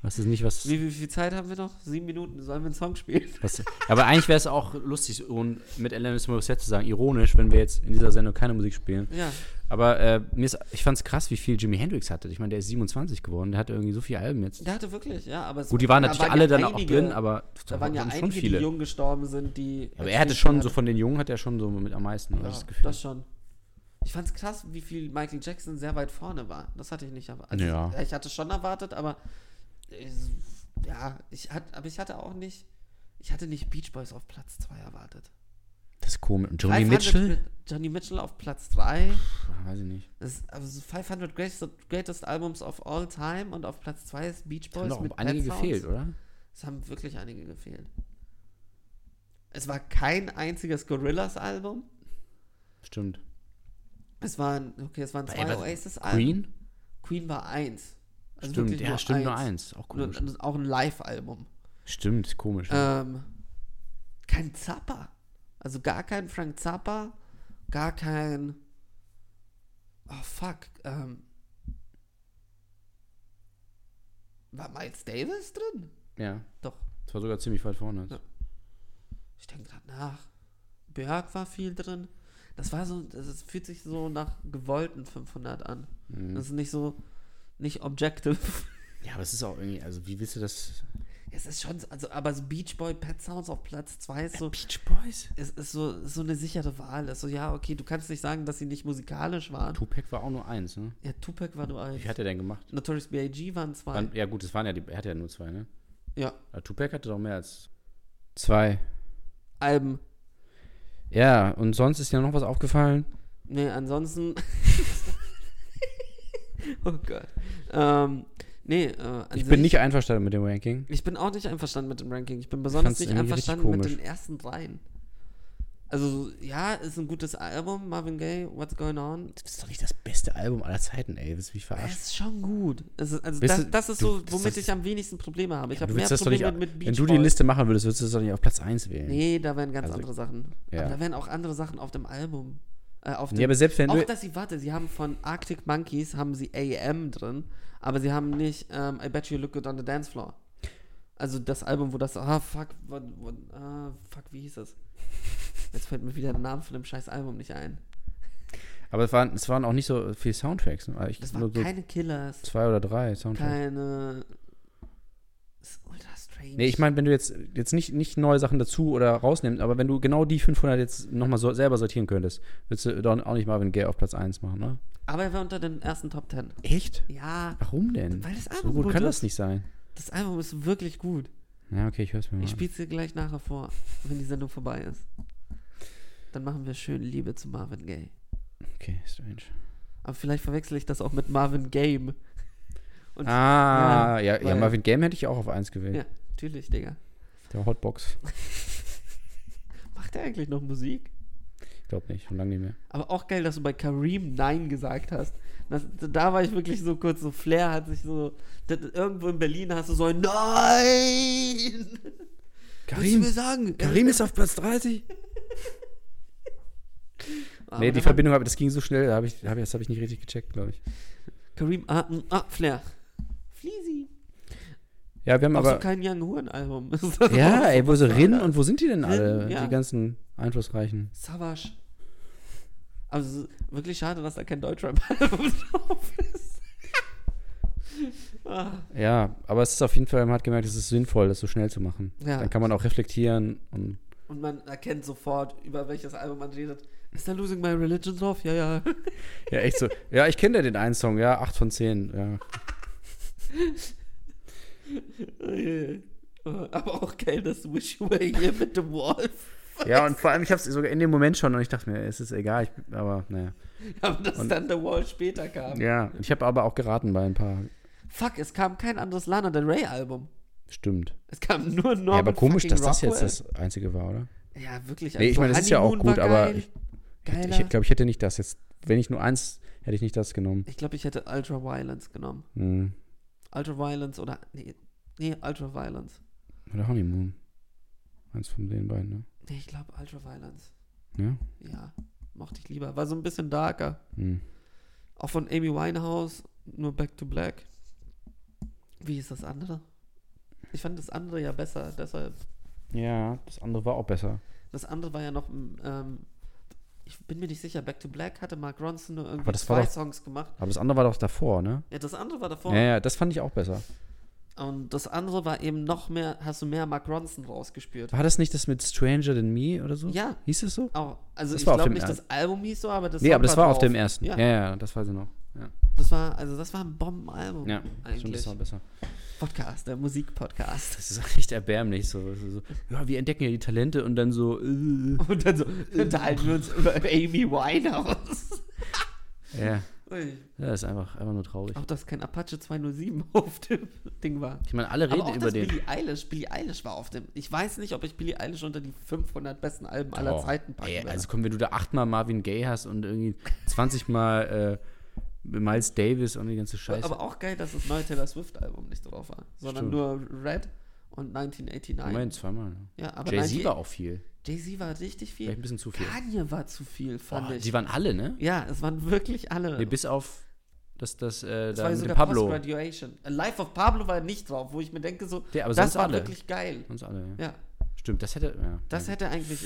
D: Was ist nicht, was.
C: Wie, wie viel Zeit haben wir noch? Sieben Minuten, sollen wir einen Song spielen?
D: Was, aber eigentlich wäre es auch lustig, un- mit Alanis Morissette zu sagen, ironisch, wenn wir jetzt in dieser Sendung keine Musik spielen.
C: Ja,
D: Aber äh, mir ist, ich fand es krass, wie viel Jimi Hendrix hatte. Ich meine, der ist 27 geworden, der hatte irgendwie so viele Alben jetzt.
C: der hatte wirklich, ja, aber es
D: Gut, die waren
C: da
D: natürlich alle
C: ja
D: dann auch
C: einige-
D: drin, aber
C: Da waren ja
D: schon
C: einige,
D: viele.
C: die jung gestorben sind, die.
D: aber er hatte schon, so von den Jungen hat er schon so mit am meisten, oder?
C: Ja,
D: das
C: das,
D: Gefühl.
C: schon. Ich fand's krass, wie viel Michael Jackson sehr weit vorne war. Das hatte ich nicht erwartet.
D: Ja.
C: Ich hatte schon erwartet, aber ich, ja, ich hatte, aber ich hatte auch nicht, ich hatte nicht Beach Boys auf Platz 2 erwartet.
D: das ist komisch. Und Joni
C: 500
D: Mitchell?
C: mit Johnny Mitchell auf Platz 3.
D: Puh, weiß ich nicht.
C: Das ist also 500 greatest, greatest Albums of all time und auf Platz 2 ist Beach
D: Da haben
C: Boys
D: doch
C: mit
D: auch einige
C: Pet Sounds.
D: gefehlt, oder?
C: Es haben wirklich einige gefehlt. Es war kein einziges Gorillas-Album.
D: Stimmt.
C: Ähm, Es waren, okay, es waren
D: Ey,
C: zwei
D: was-
C: Oasis-Alben.
D: Queen?
C: Queen war eins. Also
D: stimmt,
C: wirklich
D: ja, stimmt, nur eins. Auch
C: Nur-
D: komisch.
C: also auch ein Live-Album.
D: stimmt, ist komisch.
C: Ähm, kein Zappa. Also gar kein Frank Zappa. Gar kein. Oh fuck. Ähm, war Miles Davis drin?
D: ja,
C: Doch.
D: das war sogar ziemlich weit vorne.
C: Ja. Ich denke gerade nach. Björk war viel drin. Das war so, das ist, fühlt sich so nach gewollten 500 an.
D: Mhm.
C: Das ist nicht so, nicht objective.
D: Ja, aber es ist auch irgendwie, also wie willst du das?
C: Es ist schon, so- also, aber so Beach Boy Pet Sounds auf Platz 2 ist so,
D: Beach Boys?
C: es ist so, so eine sichere Wahl. Ist so, ja, okay, du kannst nicht sagen, dass sie nicht musikalisch waren.
D: Tupac war auch nur eins, ne?
C: Ja, Tupac war nur
D: Wie
C: eins.
D: hat er denn gemacht?
C: Notorious B.I.G. waren zwei.
D: Waren, ja gut, es waren ja die, er hatte ja nur zwei, ne?
C: ja,
D: Aber Tupac hatte doch mehr als zwei.
C: Alben.
D: Ja, und sonst ist dir noch was aufgefallen?
C: Nee, ansonsten. oh Gott. Ähm, nee, äh, an
D: Ich
C: sich-
D: bin nicht einverstanden mit dem Ranking.
C: Ich bin auch nicht einverstanden mit dem Ranking. Ich bin besonders
D: fand's
C: nicht
D: irgendwie richtig
C: einverstanden mit
D: komisch.
C: den ersten dreien. Also, ja, ist ein gutes Album, Marvin Gaye, What's Going On.
D: Das ist doch nicht das beste Album aller Zeiten, ey. Willst du mich
C: Es
D: verarschen?
C: ist schon gut. Es ist, also
D: Bist
C: das,
D: du-
C: das ist
D: du-
C: so,
D: das-
C: womit
D: das-
C: ich am wenigsten Probleme habe. Ich habe
D: du
C: mehr
D: willst das doch nicht,
C: Probleme mit Beach
D: wenn du die
C: Boys.
D: Liste machen würdest, würdest du das doch nicht auf Platz 1 wählen.
C: Nee, da wären ganz
D: Also,
C: andere Sachen.
D: ja.
C: Aber da wären auch andere Sachen auf dem Album. Äh, auf dem,
D: Ja, aber selbst wenn
C: auch,
D: du.
C: dass sie, warte, sie haben von Arctic Monkeys, haben sie AM drin, aber sie haben nicht ähm, I Bet You Look Good on the Dance Floor. Also das Album, wo das, ah, fuck, what, what, ah, fuck, wie hieß es? Jetzt fällt mir wieder der Name von dem scheiß Album nicht ein.
D: Aber es waren, es waren auch nicht so viele Soundtracks. Ne? Also Ich,
C: Das
D: nur
C: waren
D: so
C: keine Killers,
D: zwei oder drei Soundtracks.
C: keine... Das ist ultra strange.
D: Nee, ich meine, wenn du jetzt, jetzt nicht, nicht neue Sachen dazu oder rausnimmst, aber wenn du genau die 500 jetzt nochmal so, selber sortieren könntest, würdest du dann auch nicht Marvin Gaye auf Platz 1 machen, ne?
C: Aber er war unter den ersten Top Ten.
D: Echt?
C: Ja,
D: Warum denn?
C: Weil das
D: so
C: Album
D: gut
C: gut
D: kann
C: ist.
D: das nicht sein.
C: das Album ist wirklich gut.
D: Ja, okay, ich hör's mir mal
C: Ich
D: an.
C: spiel's dir gleich nachher vor, wenn die Sendung vorbei ist. Dann machen wir schön Liebe zu Marvin Gaye.
D: Okay, strange.
C: Aber vielleicht verwechsel ich das auch mit Marvin Game. Und
D: Ah, ja, ja,
C: weil-
D: Marvin Game hätte ich auch auf 1 gewählt.
C: ja, natürlich, Digga.
D: Der Hotbox.
C: Macht er eigentlich noch Musik?
D: Ich glaube nicht, schon lange nicht mehr.
C: Aber auch geil, dass du bei Kareem Nein gesagt hast. Das, da war ich wirklich so kurz, so Flair hat sich so. Das, irgendwo in Berlin hast du so ein Nein! Willst du mir sagen?
D: Karim ist auf Platz 30.
C: Aber
D: nee, die
C: da war
D: Verbindung, hab- das ging so schnell, da hab ich, hab, ich- das habe ich nicht richtig gecheckt, glaube ich.
C: Kareem, ah, mm, ah, Flair. Fleasy.
D: Ja, wir haben
C: Auch
D: aber.
C: so kein Young Huren-Album.
D: ja, ey, wo ist Rin und wo sind die denn
C: Rin,
D: alle?
C: ja.
D: Die ganzen einflussreichen.
C: Savage. Also es ist wirklich schade, dass da kein Deutschrap-Album drauf ist. ah,
D: Ja, aber es ist auf jeden Fall, man hat gemerkt, es ist sinnvoll, das so schnell zu machen.
C: Ja.
D: Dann kann man auch reflektieren und.
C: und man erkennt sofort, über welches Album man redet. Ist da Losing My Religion drauf? Ja, ja.
D: Ja, echt so. ja, ich kenne ja den einen Song, ja, 8 von 10. Ja.
C: Aber auch geil, dass Wish You Were Here mit dem Wolf.
D: ja, und vor allem, ich habe es sogar in dem Moment schon und ich dachte mir, es ist egal, ich, aber naja.
C: Aber dass dann der Wall später kam.
D: Ja, ich habe aber auch geraten bei ein paar.
C: Fuck, es kam kein anderes Lana Del Rey-Album.
D: Stimmt.
C: Es kam nur Norman
D: ja, aber komisch, dass
C: fucking
D: das jetzt
C: Rockwell.
D: das einzige war, oder?
C: Ja, wirklich. also
D: Nee, ich meine, das ist ja auch
C: Honeymoon
D: gut,
C: war
D: aber
C: geil.
D: ich-
C: Geiler.
D: Ich glaube, ich hätte nicht das jetzt. Wenn ich nur eins, hätte ich nicht das genommen.
C: Ich glaube, ich hätte Ultra Violence genommen.
D: Hm.
C: Ultra Violence oder. Nee, nee Ultra Violence.
D: Oder Honeymoon. Eins von den beiden, ne?
C: Nee, ich glaube Ultra Violence.
D: Ja.
C: Ja, mochte ich lieber. War so ein bisschen darker.
D: Hm.
C: Auch von Amy Winehouse, nur Back to Black. Wie ist das andere? Ich fand das andere ja besser, deshalb.
D: Ja, das andere war auch besser.
C: Das andere war ja noch. Ähm, ich bin mir nicht sicher, Back to Black hatte Mark Ronson nur irgendwie
D: Aber das war
C: zwei
D: doch-
C: Songs gemacht.
D: Aber das andere war doch davor, ne?
C: Ja, das andere war davor.
D: Ja, ja, das fand ich auch besser.
C: Und das andere war eben noch mehr, hast du mehr Mark Ronson rausgespürt.
D: War das nicht das mit Stranger Than Me oder so?
C: Ja.
D: Hieß es so?
C: Auch, also
D: Das
C: ich
D: war auf
C: glaube
D: dem
C: nicht, das Album hieß so, aber das
D: nee,
C: Song
D: aber das war auf
C: drauf.
D: dem ersten.
C: Ja,
D: Ja, ja, das weiß ich noch. Ja,
C: Das war, also das war ein Bombenalbum
D: ja stimmt,
C: eigentlich.
D: das war besser.
C: Podcast, der Musikpodcast.
D: Das ist echt erbärmlich. So, so, so. Ja, wir entdecken ja die Talente und dann so. Äh,
C: Und dann so, unterhalten wir uns über Amy Winehouse.
D: ja.
C: Ui.
D: ja, das ist einfach, einfach nur traurig.
C: Auch dass kein Apache 207 auf dem Ding war.
D: Ich meine, alle reden
C: aber auch
D: über
C: dass
D: den.
C: Billie Eilish, Billie Eilish war auf dem. Ich weiß nicht, ob ich Billie Eilish unter die 500 besten Alben aller
D: Oh,
C: Zeiten packen
D: ey,
C: werde.
D: also komm, wenn du da achtmal Marvin Gaye hast und irgendwie 20 Mal äh, Miles Davis und die ganze Scheiße.
C: aber auch geil, dass das neue Taylor Swift Album nicht drauf war, sondern
D: Stimmt.
C: nur Red und 1989.
D: Moment, zweimal.
C: Ja, aber
D: Jay-Z
C: 19-
D: war auch viel.
C: Jay-Z war richtig viel.
D: Vielleicht ein bisschen zu viel.
C: Kanye war zu viel, fand
D: Boah,
C: ich.
D: die waren alle, ne?
C: ja, es waren wirklich alle.
D: Nee, bis auf das, das, äh,
C: es
D: da
C: war
D: mit dem
C: sogar
D: Pablo.
C: Post-Graduation. A Life of Pablo war nicht drauf, wo ich mir denke, so,
D: Ja, aber
C: das
D: sonst
C: war
D: alle.
C: wirklich geil.
D: Uns alle, ja.
C: Ja,
D: Stimmt, das hätte. Ja.
C: das hätte eigentlich